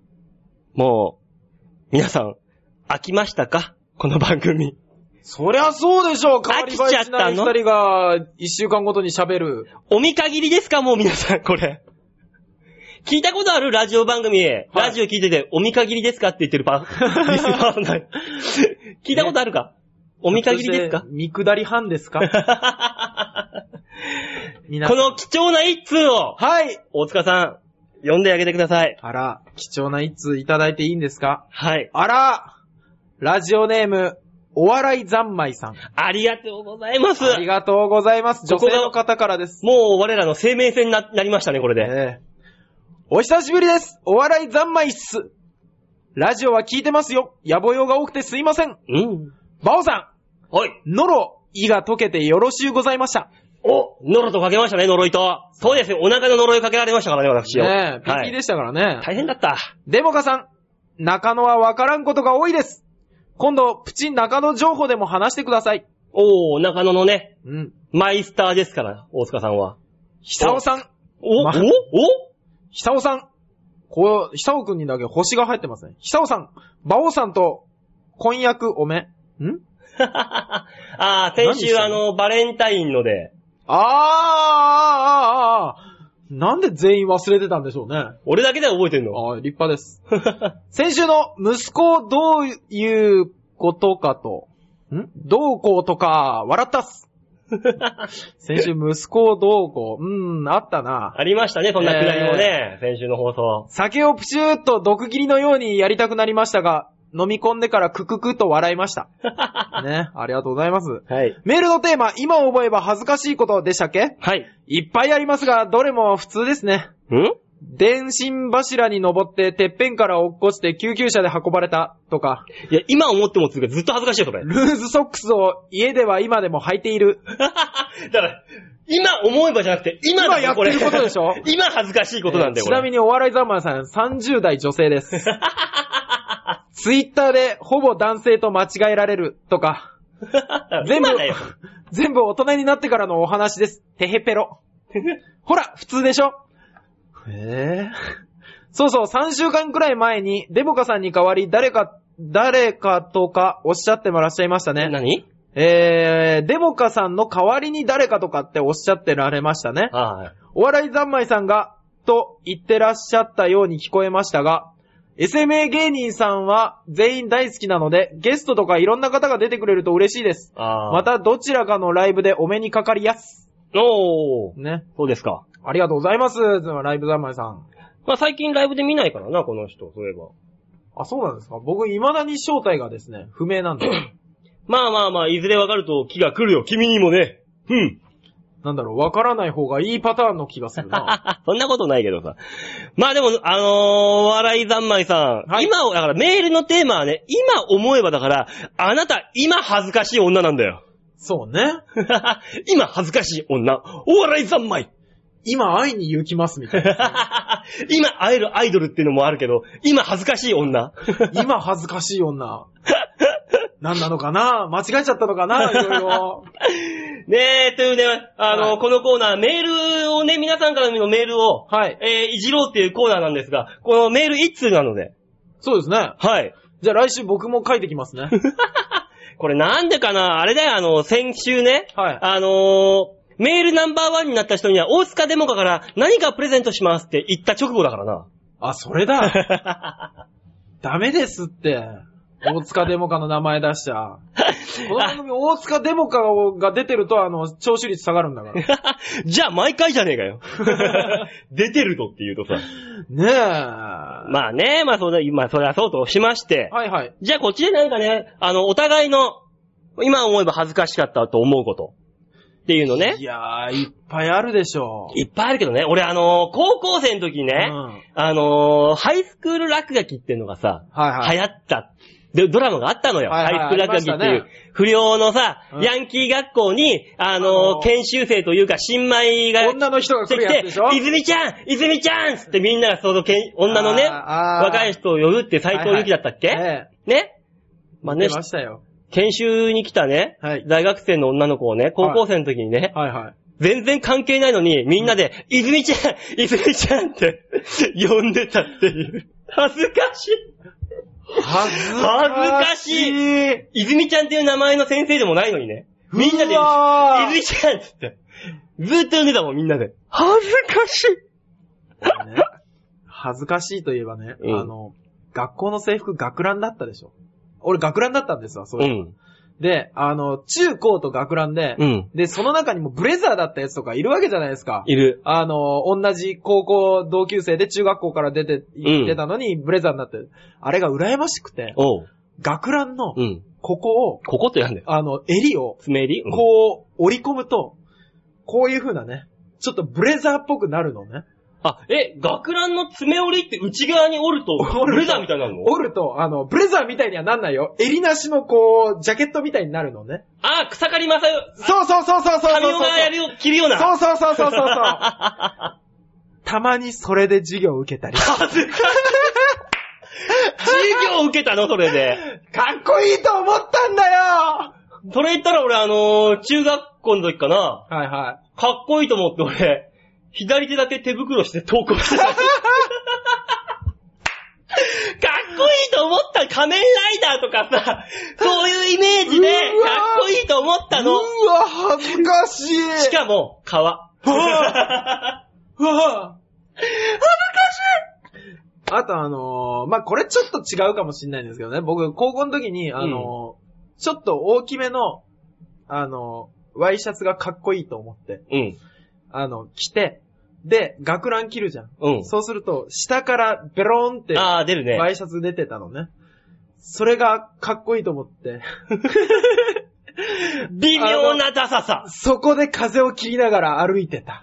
S1: もう、皆さん、飽きましたかこの番組。
S3: そりゃそうでしょう。変わり映え
S1: 飽き
S3: し
S1: ちゃっ
S3: な
S1: た
S3: い
S1: の
S3: 二人が、一週間ごとに喋る。
S1: お見限りですかもう皆さん、これ。聞いたことあるラジオ番組、ラジオ聞いてて、お見限りですかって言ってる パ、リスナーない。聞いたことあるか、お見限りですか
S3: そして見下り班で すか皆さ
S1: こ
S3: ん
S1: の貴重な一通を、
S3: はい。
S1: 大塚さん、読んであげてください。
S3: あら、貴重な一通いただいていいんですか
S1: はい。
S3: あら、ラジオネーム、お笑い三昧さん。
S1: ありがとうございます。
S3: ありがとうございます。
S1: こ
S3: 女
S1: こが
S3: 性の方からです。
S1: もう我らの生命線にななりましたね、これで。
S3: ええお久しぶりです。お笑い三昧っす。ラジオは聞いてますよ。野暮用が多くてすいません。
S1: うん。
S3: バオさ
S1: はい。
S3: ん、ノロ、胃が溶けてよろしゅうございました。
S1: お、ノロとかけましたね、呪いと。そうですよ、お腹の呪いかけられましたからね、私を。
S3: ねえ、ピッ
S1: は
S3: キー
S1: い
S3: で。したからね。
S1: 大変だった。
S3: デモカさん、中野はわからんことが多いです。今度、プチ中野情報でも話してください。
S1: おー、中野のね、
S3: うん。
S1: マイスターですから、大塚さんは。
S3: 久尾さん、
S1: お、
S3: ま
S1: おお
S3: 久尾さん。こう、久尾くんにだけ星が入ってますね。久尾さん、馬王さんと、婚約おめ。ん
S1: ああ、先
S3: 何し
S1: 週
S3: た
S1: あ
S3: の
S1: の、バレンタインので、
S3: あーあーあーあなんで全員忘れてたんでしょうね。あ
S1: 俺だけでは覚えてんの。
S3: あ、立派です。先週の息子をどういうことかと、んどうこうとか、笑ったっす。先週息子をどうこう、うーん、あったな。
S1: ありましたね、そんなくだりもね、先週の放送。
S3: 酒をプシューっと毒切りのようにやりたくなりましたが、飲み込んでからクククッと笑いました。 ね、ありがとうございます。
S1: はい。
S3: メールのテーマ、今覚えば恥ずかしいことでしたっけ
S1: はい。
S3: いっぱいありますが、どれも普通ですね。
S1: ん
S3: 電信柱に登って、てっぺんから落っこちて救急車で運ばれた、とか、
S1: いや、今思ってもつうかずっと恥ずかしいよ、それ。
S3: ルーズソックスを家では今でも履いている。
S1: だから、今思えばじゃなくて、今だよ
S3: 今やってることでしょ
S1: れ今恥ずかしいことなんだよ、
S3: ちなみ
S1: に。
S3: にお笑いザマンさん、30代女 性です。ツイッターで、ほぼ男性と間違えられる、とか、全部
S1: 今だよ。、
S3: 全部大人になってからのお話です。てへ ぺろ。ほら、普通でしょええそうそう、3週間くらい前に、デボカさんに代わり、誰か、誰かとかおっしゃってもらっしゃいましたね。
S1: 何
S3: えー、デモカさんの代わりに誰かとかっておっしゃってられましたね。
S1: ああ、
S3: お笑い三昧さんが、と言ってらっしゃったように聞こえましたが、SMA 芸人さんは全員大好きなので、ゲストとかいろんな方が出てくれると嬉しいです。
S1: ああ。
S3: ま、たどちらかのライブでお目にかかりやす。
S1: おー、
S3: ね。
S1: そうですか。
S3: ありがとうございます、ライブ三昧さん。
S1: まあ、最近ライブで見ないからな、この人、そういえば。
S3: あ、そうなんですか僕、未だに正体がですね、不明なんで。
S1: まあまあまあ、いずれわかると気が来るよ、君にもね。うん。
S3: なんだろう、わからない方がいいパターンの気がする な。
S1: そんなことないけどさ。まあでも、あのー、お笑い三昧さん。
S3: はい
S1: 今を、だからメールのテーマはね、今思えばだから、あなた、今恥ずかしい女なんだよ。
S3: そうね。
S1: 今恥ずかしい女。お笑い三昧。
S3: 今会いに行きます、みたいな。
S1: 今会えるアイドルっていうのもあるけど、今恥ずかしい女。
S3: 今恥ずかしい女。何なのかな間違えちゃったのかないろいろ。
S1: ねえ、というね、あの、
S3: はい
S1: このコーナー、メールをね、皆さんからのメールを、
S3: はい。
S1: えー、いじろうっていうコーナーなんですが、このメール一通なので、
S3: そうですね。
S1: はい。
S3: じゃあ来週僕も書いてきますね。
S1: これなんでかなあれだよ、あの、先週ね、
S3: はい
S1: あのーメールナンバーワンになった人には、大塚デモカから何かプレゼントしますって言った直後だから な。
S3: あ、それだ。ダメですって。大塚デモカの名前出しちゃ。この番組大塚デモカが出てると、あの、聴取率下がるんだから。
S1: じゃあ、毎回じゃねえか よ。出てるとって言うとさ。
S3: ねえ。は
S1: まあね、まあそれ、まあそれはそうとしまして、
S3: いはい。
S1: じゃあこっちでなんかね、あの、お互いの、今思えば恥ずかしかったと思うこと。っていうのね
S3: い。やー、いっぱいあるでしょ
S1: いっぱいあるけどね。俺あのー高校生の時に
S3: う。
S1: ね、
S3: うん。
S1: あのーハイスクール落書きっていうのがさ、
S3: はいは
S1: 流
S3: い。
S1: 行った。で、ドラマがあったのよ。
S3: はいはい
S1: ハイスクール落書きって
S3: あ
S1: い
S3: り
S1: う
S3: ま。
S1: 不良のさ、
S3: うん
S1: ヤンキー学校に、あのー
S3: あのー
S1: 研修生というか、新米が
S3: 女の人が
S1: 来て
S3: 来る
S1: き
S3: やつでしょ
S1: て、泉ちゃん泉ちゃんつってみんながそのけん女のね、
S3: あーあー
S1: 若い人を呼ぶって斎藤由貴だったっけ、
S3: ええ。
S1: ねまあね
S3: 出、ましたよ。
S1: 研修に来たね、
S3: はい
S1: 大学生の女の子をね、高校生の時にね、
S3: はいはい。
S1: 全然関係ないのに、みんなで、泉ちゃん、泉ちゃんって 呼んでたっていう。恥ずかしい。
S3: 恥ず
S1: かしい
S3: い。
S1: 泉ちゃんっていう名前の先生でもないのにね。みんなで、
S3: うわー
S1: 泉ちゃんっつって。ずーっと呼んでたもん、みんなで。恥ずかしい。
S3: ね恥ずかしいといえばね、
S1: うん
S3: あの、学校の制服学ランだったでしょ。俺学ランだったんですわ、そう
S1: う
S3: いう、
S1: ん。
S3: で、あの、中高と学ランで、
S1: うん。
S3: で、その中にもブレザーだったやつとかいるわけじゃないですか。
S1: いる。
S3: あの、同じ高校同級生で中学校から出て、行ってたのにブレザーになってる。あれが羨ましくて、
S1: おう。
S3: 学ランの
S1: う、ん。
S3: ここを、
S1: ここってやんだよ。
S3: あの、襟を、
S1: 爪入りうん
S3: こう、折り込むと、こういう風なね、ちょっとブレザーっぽくなるのね。
S1: あ、え、学ランの爪折りって内側に折ると、ブレザーみたいになるの
S3: 折ると、あの、ブレザーみたいにはなんないよ。襟なしのこう、ジャケットみたいになるのね。
S1: あ、草刈正代。
S3: そうそうそうそうそうそう
S1: 髪
S3: そう。
S1: をやるよ、切るような。
S3: そうそうそうそうそうそう。 たまにそれで授業を受けたり。か
S1: 恥ずかしい。授業受けたのそれで。
S3: っこいいと思ったんだよ
S1: それ言ったら俺あのー中学校の時かな、
S3: はいは
S1: かっこいいと思って俺、左手だけ手袋して投稿してた。かっこいいと思った仮面ライダーとかさ、そういうイメージで、か
S3: うわー
S1: っこいいと思ったの。
S3: うわ、恥ずかしい
S1: しかも、皮。
S3: うわぁ恥ずかしいあとあのーまあ、これちょっと違うかもしれないんですけどね、僕、高校の時に、あのーちょっと大きめの、あのーワイシャツがかっこいいと思って、
S1: うん。
S3: あの、着て、で、学ラン着るじゃん。
S1: うん。
S3: そうすると、下からベローンって、
S1: ああ、出るね。
S3: ワイシャツ出てたのね。それがかっこいいと思って、
S1: 微妙なダサさ。
S3: そこで風を切りながら歩いてた。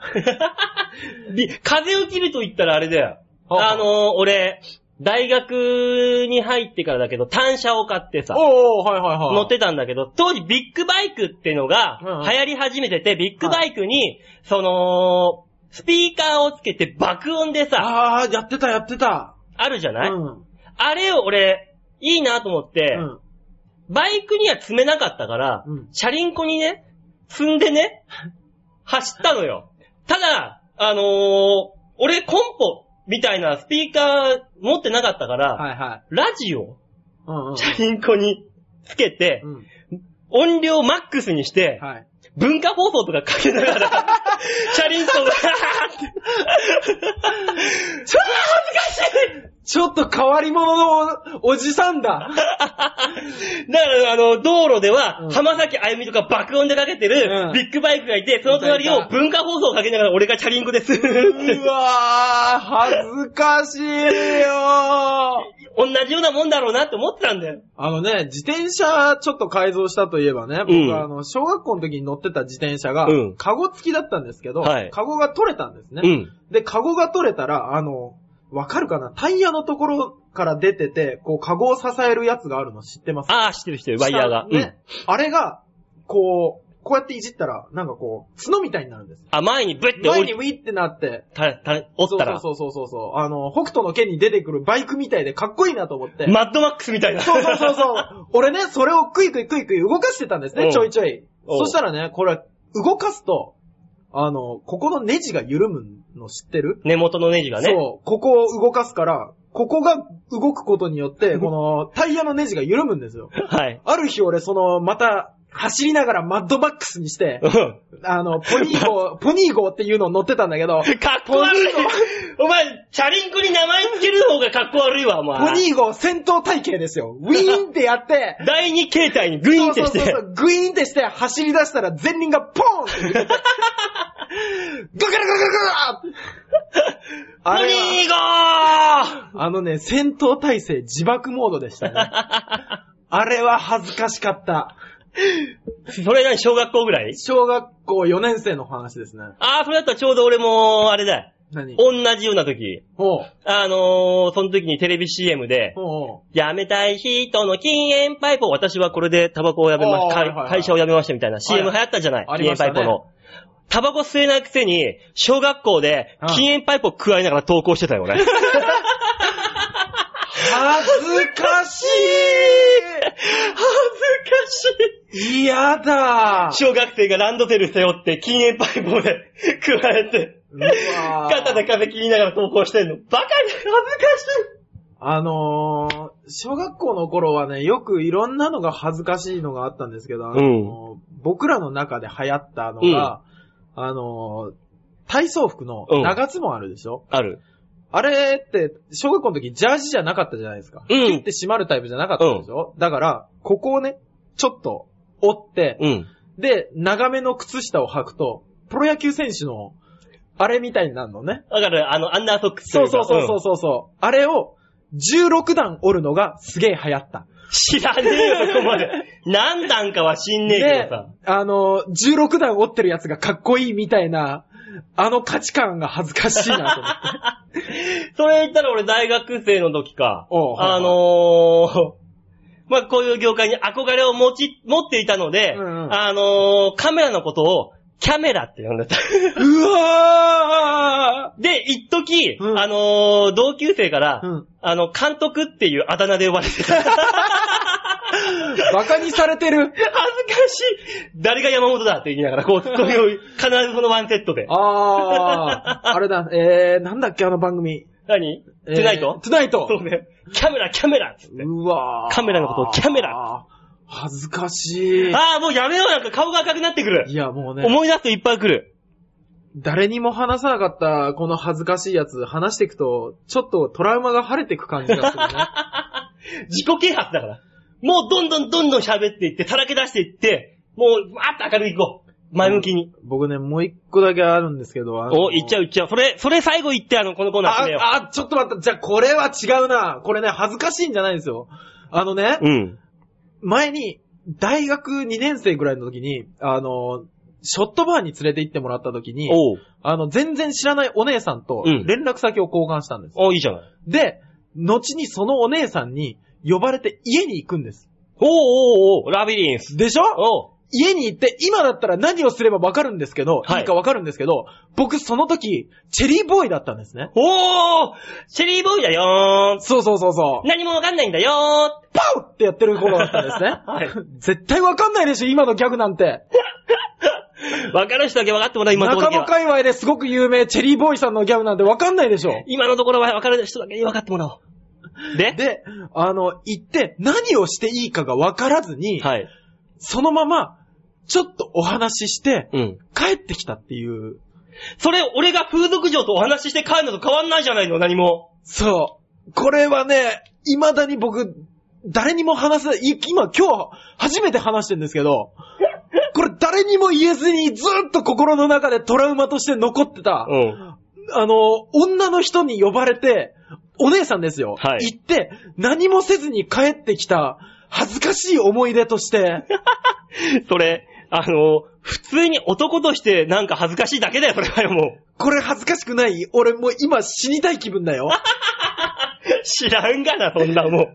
S1: び風を切ると言ったらあれだよ。
S3: はあ
S1: あのー俺、大学に入ってからだけど、単車を買ってさ、
S3: おおはいはいはい。
S1: 乗ってたんだけど、当時ビッグバイクってのが
S3: うんうん
S1: 流行り始めてて、ビッグバイクに、その、スピーカーをつけて爆音でさ、
S3: ああ、やってたやってた。
S1: あるじゃ
S3: う
S1: ない、
S3: ん。
S1: あれを俺、いいなと思って、
S3: うん。
S1: バイクには積めなかったから、
S3: うん
S1: 車輪子にね、積んでね、 走ったのよ。ただ、あのー俺コンポみたいなスピーカー持ってなかったから、
S3: はいはい。
S1: ラジオ、
S3: うんうん。
S1: 車輪子につけて、
S3: うん。
S1: 音量マックスにして、
S3: はい。
S1: 文化放送とかかけなが ら、車輪子 が、
S3: ちょっと変わり者のおじさんだ。
S1: だから、あの、道路では
S3: う、ん
S1: 浜崎あゆみとか爆音でかけてる
S3: うん
S1: ビッグバイクがいて、その隣を文化放送をかけながら俺がチャリンコですーって
S3: うわー、恥ずかしいよー。
S1: 同じようなもんだろうなって思ってたんだよ。
S3: あのね、自転車ちょっと改造したといえばね、僕、
S1: うん
S3: あの、小学校の時に乗ってた自転車が、
S1: うん
S3: カゴ付きだったんですけど、
S1: はい
S3: カゴが取れたんですね。
S1: うん。
S3: で、カゴが取れたら、あの、わかるかなタイヤのところから出てて、こう、カゴを支えるやつがあるの知ってます
S1: ああ、知ってる知ってる、ワイヤーが。
S3: 下
S1: う
S3: ね
S1: ん。
S3: あれが、こう、こうやっていじったら、なんかこう、角みたいになるんです。
S1: あ、前にブッて
S3: 前
S1: 折
S3: に
S1: り、
S3: ウィってなって、
S1: た、た、折ったら、
S3: そうそうそうそうそう。あの、北斗の剣に出てくるバイクみたいでかっこいいなと思って。
S1: マッドマックスみたいな。
S3: そうそうそうそう。俺ね、それをクイクイクイクイ動かしてたんです
S1: うん
S3: ね、ちょいちょい。
S1: おう
S3: そしたらね、これ、動かすと、あの、ここのネジが緩むの知ってる
S1: 根元のネジがね。
S3: そう、ここを動かすから、ここが動くことによ って、このタイヤのネジが緩むんですよ。
S1: はい。
S3: ある日俺、その、また、走りながらマッドマックスにして
S1: う、ん。
S3: あの、ポニ ー号、ポニー号っていうのを乗ってたんだけ
S1: か
S3: ど、
S1: っこ悪い
S3: ポニー。
S1: お前、チャリンコに名前つける方がかっこ悪いわ、お
S3: ポ
S1: 前。
S3: ニー号戦闘体系ですよ。ウィーンってや って、
S1: 第二形態にグイーンってし
S3: そう
S1: て
S3: そう。そうグイーンってして走り出したら前輪がポーンって出てガ ガラガガガガー
S1: ポ
S3: あ
S1: ニ
S3: れは、
S1: ーゴ
S3: あのね、戦闘体制自爆モードでし たね。あれは恥ずかしかった。
S1: ーそれ何、小学校ぐらい
S3: 小学校4年生の話ですね。
S1: ああ、それだったらちょうど俺も、あれだ。
S3: 何
S1: 同じような時。
S3: おう
S1: あのー、その時にテレビ CM で、
S3: おう
S1: やめたい人の禁煙パイプを、私はこれでタバコをやめまし
S3: あー
S1: た、
S3: はいはいはい
S1: 会社をやめましたみたいな CM
S3: はい
S1: 流行ったじゃない、
S3: あり
S1: 禁煙
S3: ました
S1: パ
S3: ね
S1: イプの。タバコ吸えないくせに、小学校で
S3: うん
S1: 禁煙パイプを食わいながら投稿してたよ、 俺。恥
S3: 恥ずかし
S1: ず
S3: い嫌だ
S1: かしい小学生がランドセル背負って禁煙パイプをね、食われて、
S3: うわー
S1: 肩で風切りながら投稿してんの。バカに恥ずかしい
S3: あのー、小学校の頃はね、よくいろんなのが恥ずかしいのがあったんですけど、あのー僕らの中で流行ったのが、あのー、体操服の
S1: うん
S3: 長ズボンあるでしょ、
S1: ある。
S3: あれって、小学校の時ジャージじゃなかったじゃないですか。
S1: うん
S3: 切って締まるタイプじゃなかったでしょ、だから、ここをね、ちょっと折って、
S1: うん。
S3: で、長めの靴下を履くと、プロ野球選手の、あれみたいになるのね。
S1: だから、あの、アンダーソックスとい
S3: そう
S1: か。
S3: そうそうそうそうそう。あれを、16段折るのがすげえ流行った。
S1: 知らねえよ、そこま で。何段かは知んねえけど
S3: で
S1: さ。、
S3: あの、16段折ってるやつがかっこいいみたいな、あの価値観が恥ずかしいなと 思って。
S1: それ言ったら俺大学生の時か。
S3: おうはいは
S1: あ
S3: い
S1: のー、 まあ、こういう業界に憧れを持ち、持っていたので、
S3: うんうん
S1: あのー、カメラのことを、キャメラって呼んで た。
S3: うわ
S1: で、一時、
S3: うん
S1: あのー、同級生から、
S3: うん
S1: あの、監督っていうあだ名で呼ばれてた。恥ずか
S3: ーバカにされてる。
S1: しい誰が山本だって言いながら、こう、ツッコミを、必ずそのワンセットで。
S3: あー、あれだ、えー、なんだっけあの番組。
S1: 何
S3: えー
S1: トゥナイト
S3: トゥナイト
S1: そうね。キャメラ、キャメラっつって。
S3: うわー
S1: カメラのことをキャメラ。
S3: 恥ずかしい。
S1: ああ、もうやめよう、なんか顔が赤くなってくる。
S3: いや、もうね。
S1: 思い出すといっぱい来る。
S3: 誰にも話さなかったこの恥ずかしいやつ話していくと、ちょっとトラウマが晴れてく感じがする ね。
S1: 自己啓発だから。もうどんどんどんどん喋っていって、さらけ出していって、もう、わーっと明るく行こう。前向きに。
S3: 僕ね、もう一個だけあるんですけど。あの
S1: お、行っちゃう行っちゃう。それ、それ最後言って、あの、このコーナー
S3: あ
S1: 締めよ、
S3: あ、ちょっと待った。じゃあこれは違うな。これね、恥ずかしいんじゃないんですよ。あのね
S1: う。、うん。
S3: 前に、大学2年生ぐらいの時に、あの、ショットバーに連れて行ってもらった時に、
S1: おう。
S3: あの、全然知らないお姉さんと
S1: うん
S3: 連絡先を交換したんです。
S1: おいいじゃない。
S3: で、後にそのお姉さんに呼ばれて家に行くんです。
S1: おうおうおうラビリンス。
S3: でしょ
S1: おう。
S3: 家に行って、今だったら何をすればわかるんですけど、
S1: はい
S3: いいかわかるんですけど、僕その時、チェリーボーイだったんですね。
S1: おーチェリーボーイだよー
S3: そうそうそうそう。
S1: 何もわかんないんだよ
S3: パウってやってる頃だったんですね。
S1: はい
S3: 絶対わかんないでしょ、今のギャグなんて。
S1: ー わかる人だけわかってもらう、今のとこ
S3: 中
S1: ろ
S3: 野
S1: だけは。
S3: 界隈ですごく有名、チェリーボーイさんのギャグなんてわかんないでしょ。
S1: 今のところはわかる人だけにわかってもらおう。で
S3: で、あの、行って何をしていいかがわからずに、
S1: はい。
S3: そのまま、ちょっとお話しして、
S1: うん。
S3: 帰ってきたっていう。
S1: それ、俺が風俗嬢とお話しして帰るのと変わんないじゃないの、何も。
S3: そう。これはね、未だに僕、誰にも話せない、い今今日初めて話してるんですけ ど、これ誰にも言えずにずっと心の中でトラウマとして残ってた、
S1: うん。
S3: あの、女の人に呼ばれて、お姉さんですよ。
S1: はい
S3: 行って、何もせずに帰ってきた、恥ずかしい思い出と して、
S1: それ、あの、普通に男としてなんか恥ずかしいだけだよ、それはよ、もう。
S3: これ恥ずかしくない俺もう今死にたい気 分だよ。
S1: 知らんがな、そんなもん。
S3: も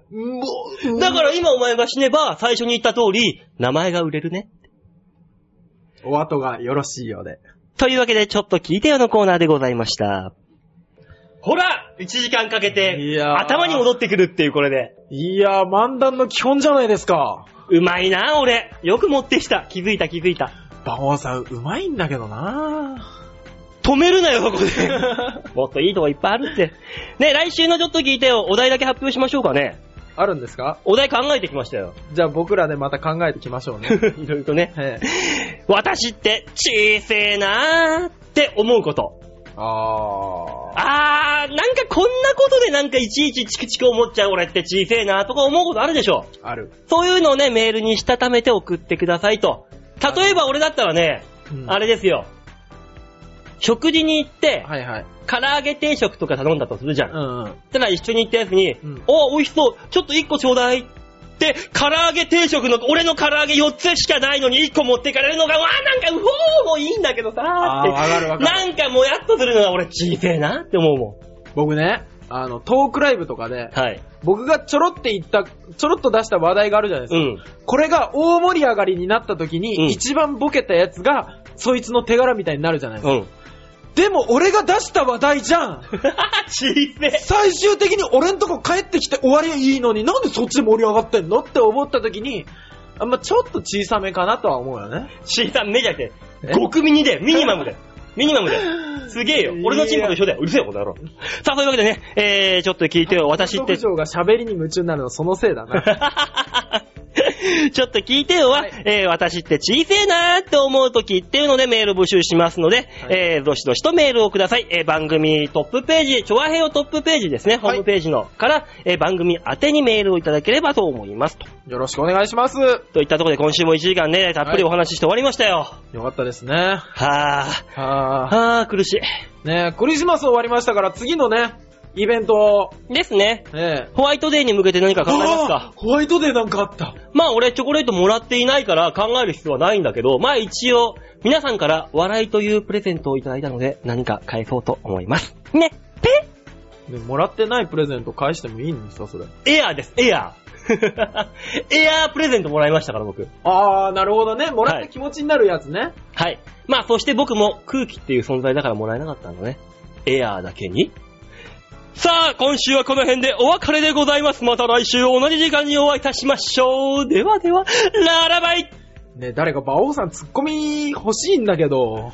S3: う、
S1: だから今お前が死ねば、最初に言った通り、名前が売れるね。
S3: お後がよろしいようで。
S1: というわけで、ちょっと聞いてよのコーナーでございました。ほら !1 時間かけ
S3: い
S1: て、
S3: やー
S1: 頭に戻ってくるっていう、これで。
S3: いやー、漫談の基本じゃないですか。
S1: うまいな、俺。よく持ってきた。気づいた、気づいた。
S3: 馬王さん、うまいんだけどな
S1: 止めるなよ、そ こで。もっといいとこいっぱいあるって。ね、来週のちょっと聞いてよ、お題だけ発表しましょうかね。
S3: あるんですか
S1: お題考えてきましたよ。
S3: じゃあ僕らでまた考えてきましょう ね。
S1: いろいろとね。
S3: ええ
S1: 私って小せえなーって思うこと。
S3: あー。
S1: あー、なんかこんなことでなんかいちいちチクチク思っちゃう俺って小せえなーとか思うことあるでしょ。
S3: ある。
S1: そういうのをね、メールにしたためて送ってくださいと。例えば俺だったらね、
S3: うん
S1: あれですよ。食事に行って、
S3: はいはい。
S1: 唐揚げ定食とか頼んだとするじゃん。
S3: うんうん。
S1: たら一緒に行ったやつに、
S3: うん
S1: お、美味しそう、ちょっと一個ちょうだいって、唐揚げ定食の、俺の唐揚げ4つしかないのに1個持ってかれるのが、わあなんか、うおーもういいんだけどさーって。
S3: あーわかるわか
S1: な
S3: る
S1: んかもやっとするのが俺、小せえなって思うも
S3: 僕ね、あの、トークライブとかで
S1: ん。、はい。
S3: 僕がちょろって言った、ちょろっと出した話題があるじゃないです
S1: う
S3: か。
S1: ん。
S3: これが大盛り上がりになった時に、
S1: うん
S3: 一番ボケたやつが、そいつの手柄みたいになるじゃないです
S1: う
S3: か。
S1: ん。
S3: でも俺が出した話題じゃん
S1: 小せえ。
S3: 最終的に俺んとこ帰ってきて終わりはいいのになんでそっちで盛り上がってんのって思った時に、あんまちょっと小さめかなとは思うよね。
S1: C さん目じゃなくて、
S3: え
S1: 5組にで、ミニマ ムで。ミニマムで。すげえよ。俺のチンポと一緒だよ。うるせえよ、この野郎。さあ、そういうわけでね、えー、ちょっと聞いてよ、私って。
S3: 特
S1: ちょ
S3: 徴が喋りに夢中になるのそのせいだ な。
S1: っと聞いてよは、
S3: はい
S1: えー、私って小せえなーって思うときっていうのでメール募集しますので、えー、どしどしとメールをください。えー、番組トップページ、チョアヘヨトップページですね、ホ
S3: はい
S1: ームページのから、えー、番組宛てにメールをいただければと思います。と
S3: よろしくお願いします。
S1: といったところで今週も1時間ね、たっぷりお話しして終わりましたよ。
S3: よかったですね。
S1: はぁ、
S3: はあ。
S1: はぁ、苦しい。
S3: ねえクリスマス終わりましたから次のね、イベントを、
S1: ですね。
S3: ねえ。
S1: ホワイトデーに向けて何か考えます
S3: あ
S1: か
S3: ーホワイトデーなんかあった。
S1: まあ俺チョコレートもらっていないから考える必要はないんだけど、まあ一応皆さんから笑いというプレゼントをいただいたので何か返そうと思います。ね、
S3: ね、もらってないプレゼント返してもいいんですか、それ。
S1: ペエアーです、エアー。 エアープレゼントもらいましたから僕。
S3: あー、なるほどね。もらった気持ちになるやつね。
S1: はい。まあそして僕も空気っていう存在だからもらえなかったのね。エアーだけに。さあ、今週はこの辺でお別れでございます。また来週同じ時間にお会いいたしましょう。ではでは、ララバイ
S3: ねえ誰か馬王さんツッコミ欲しいんだけど。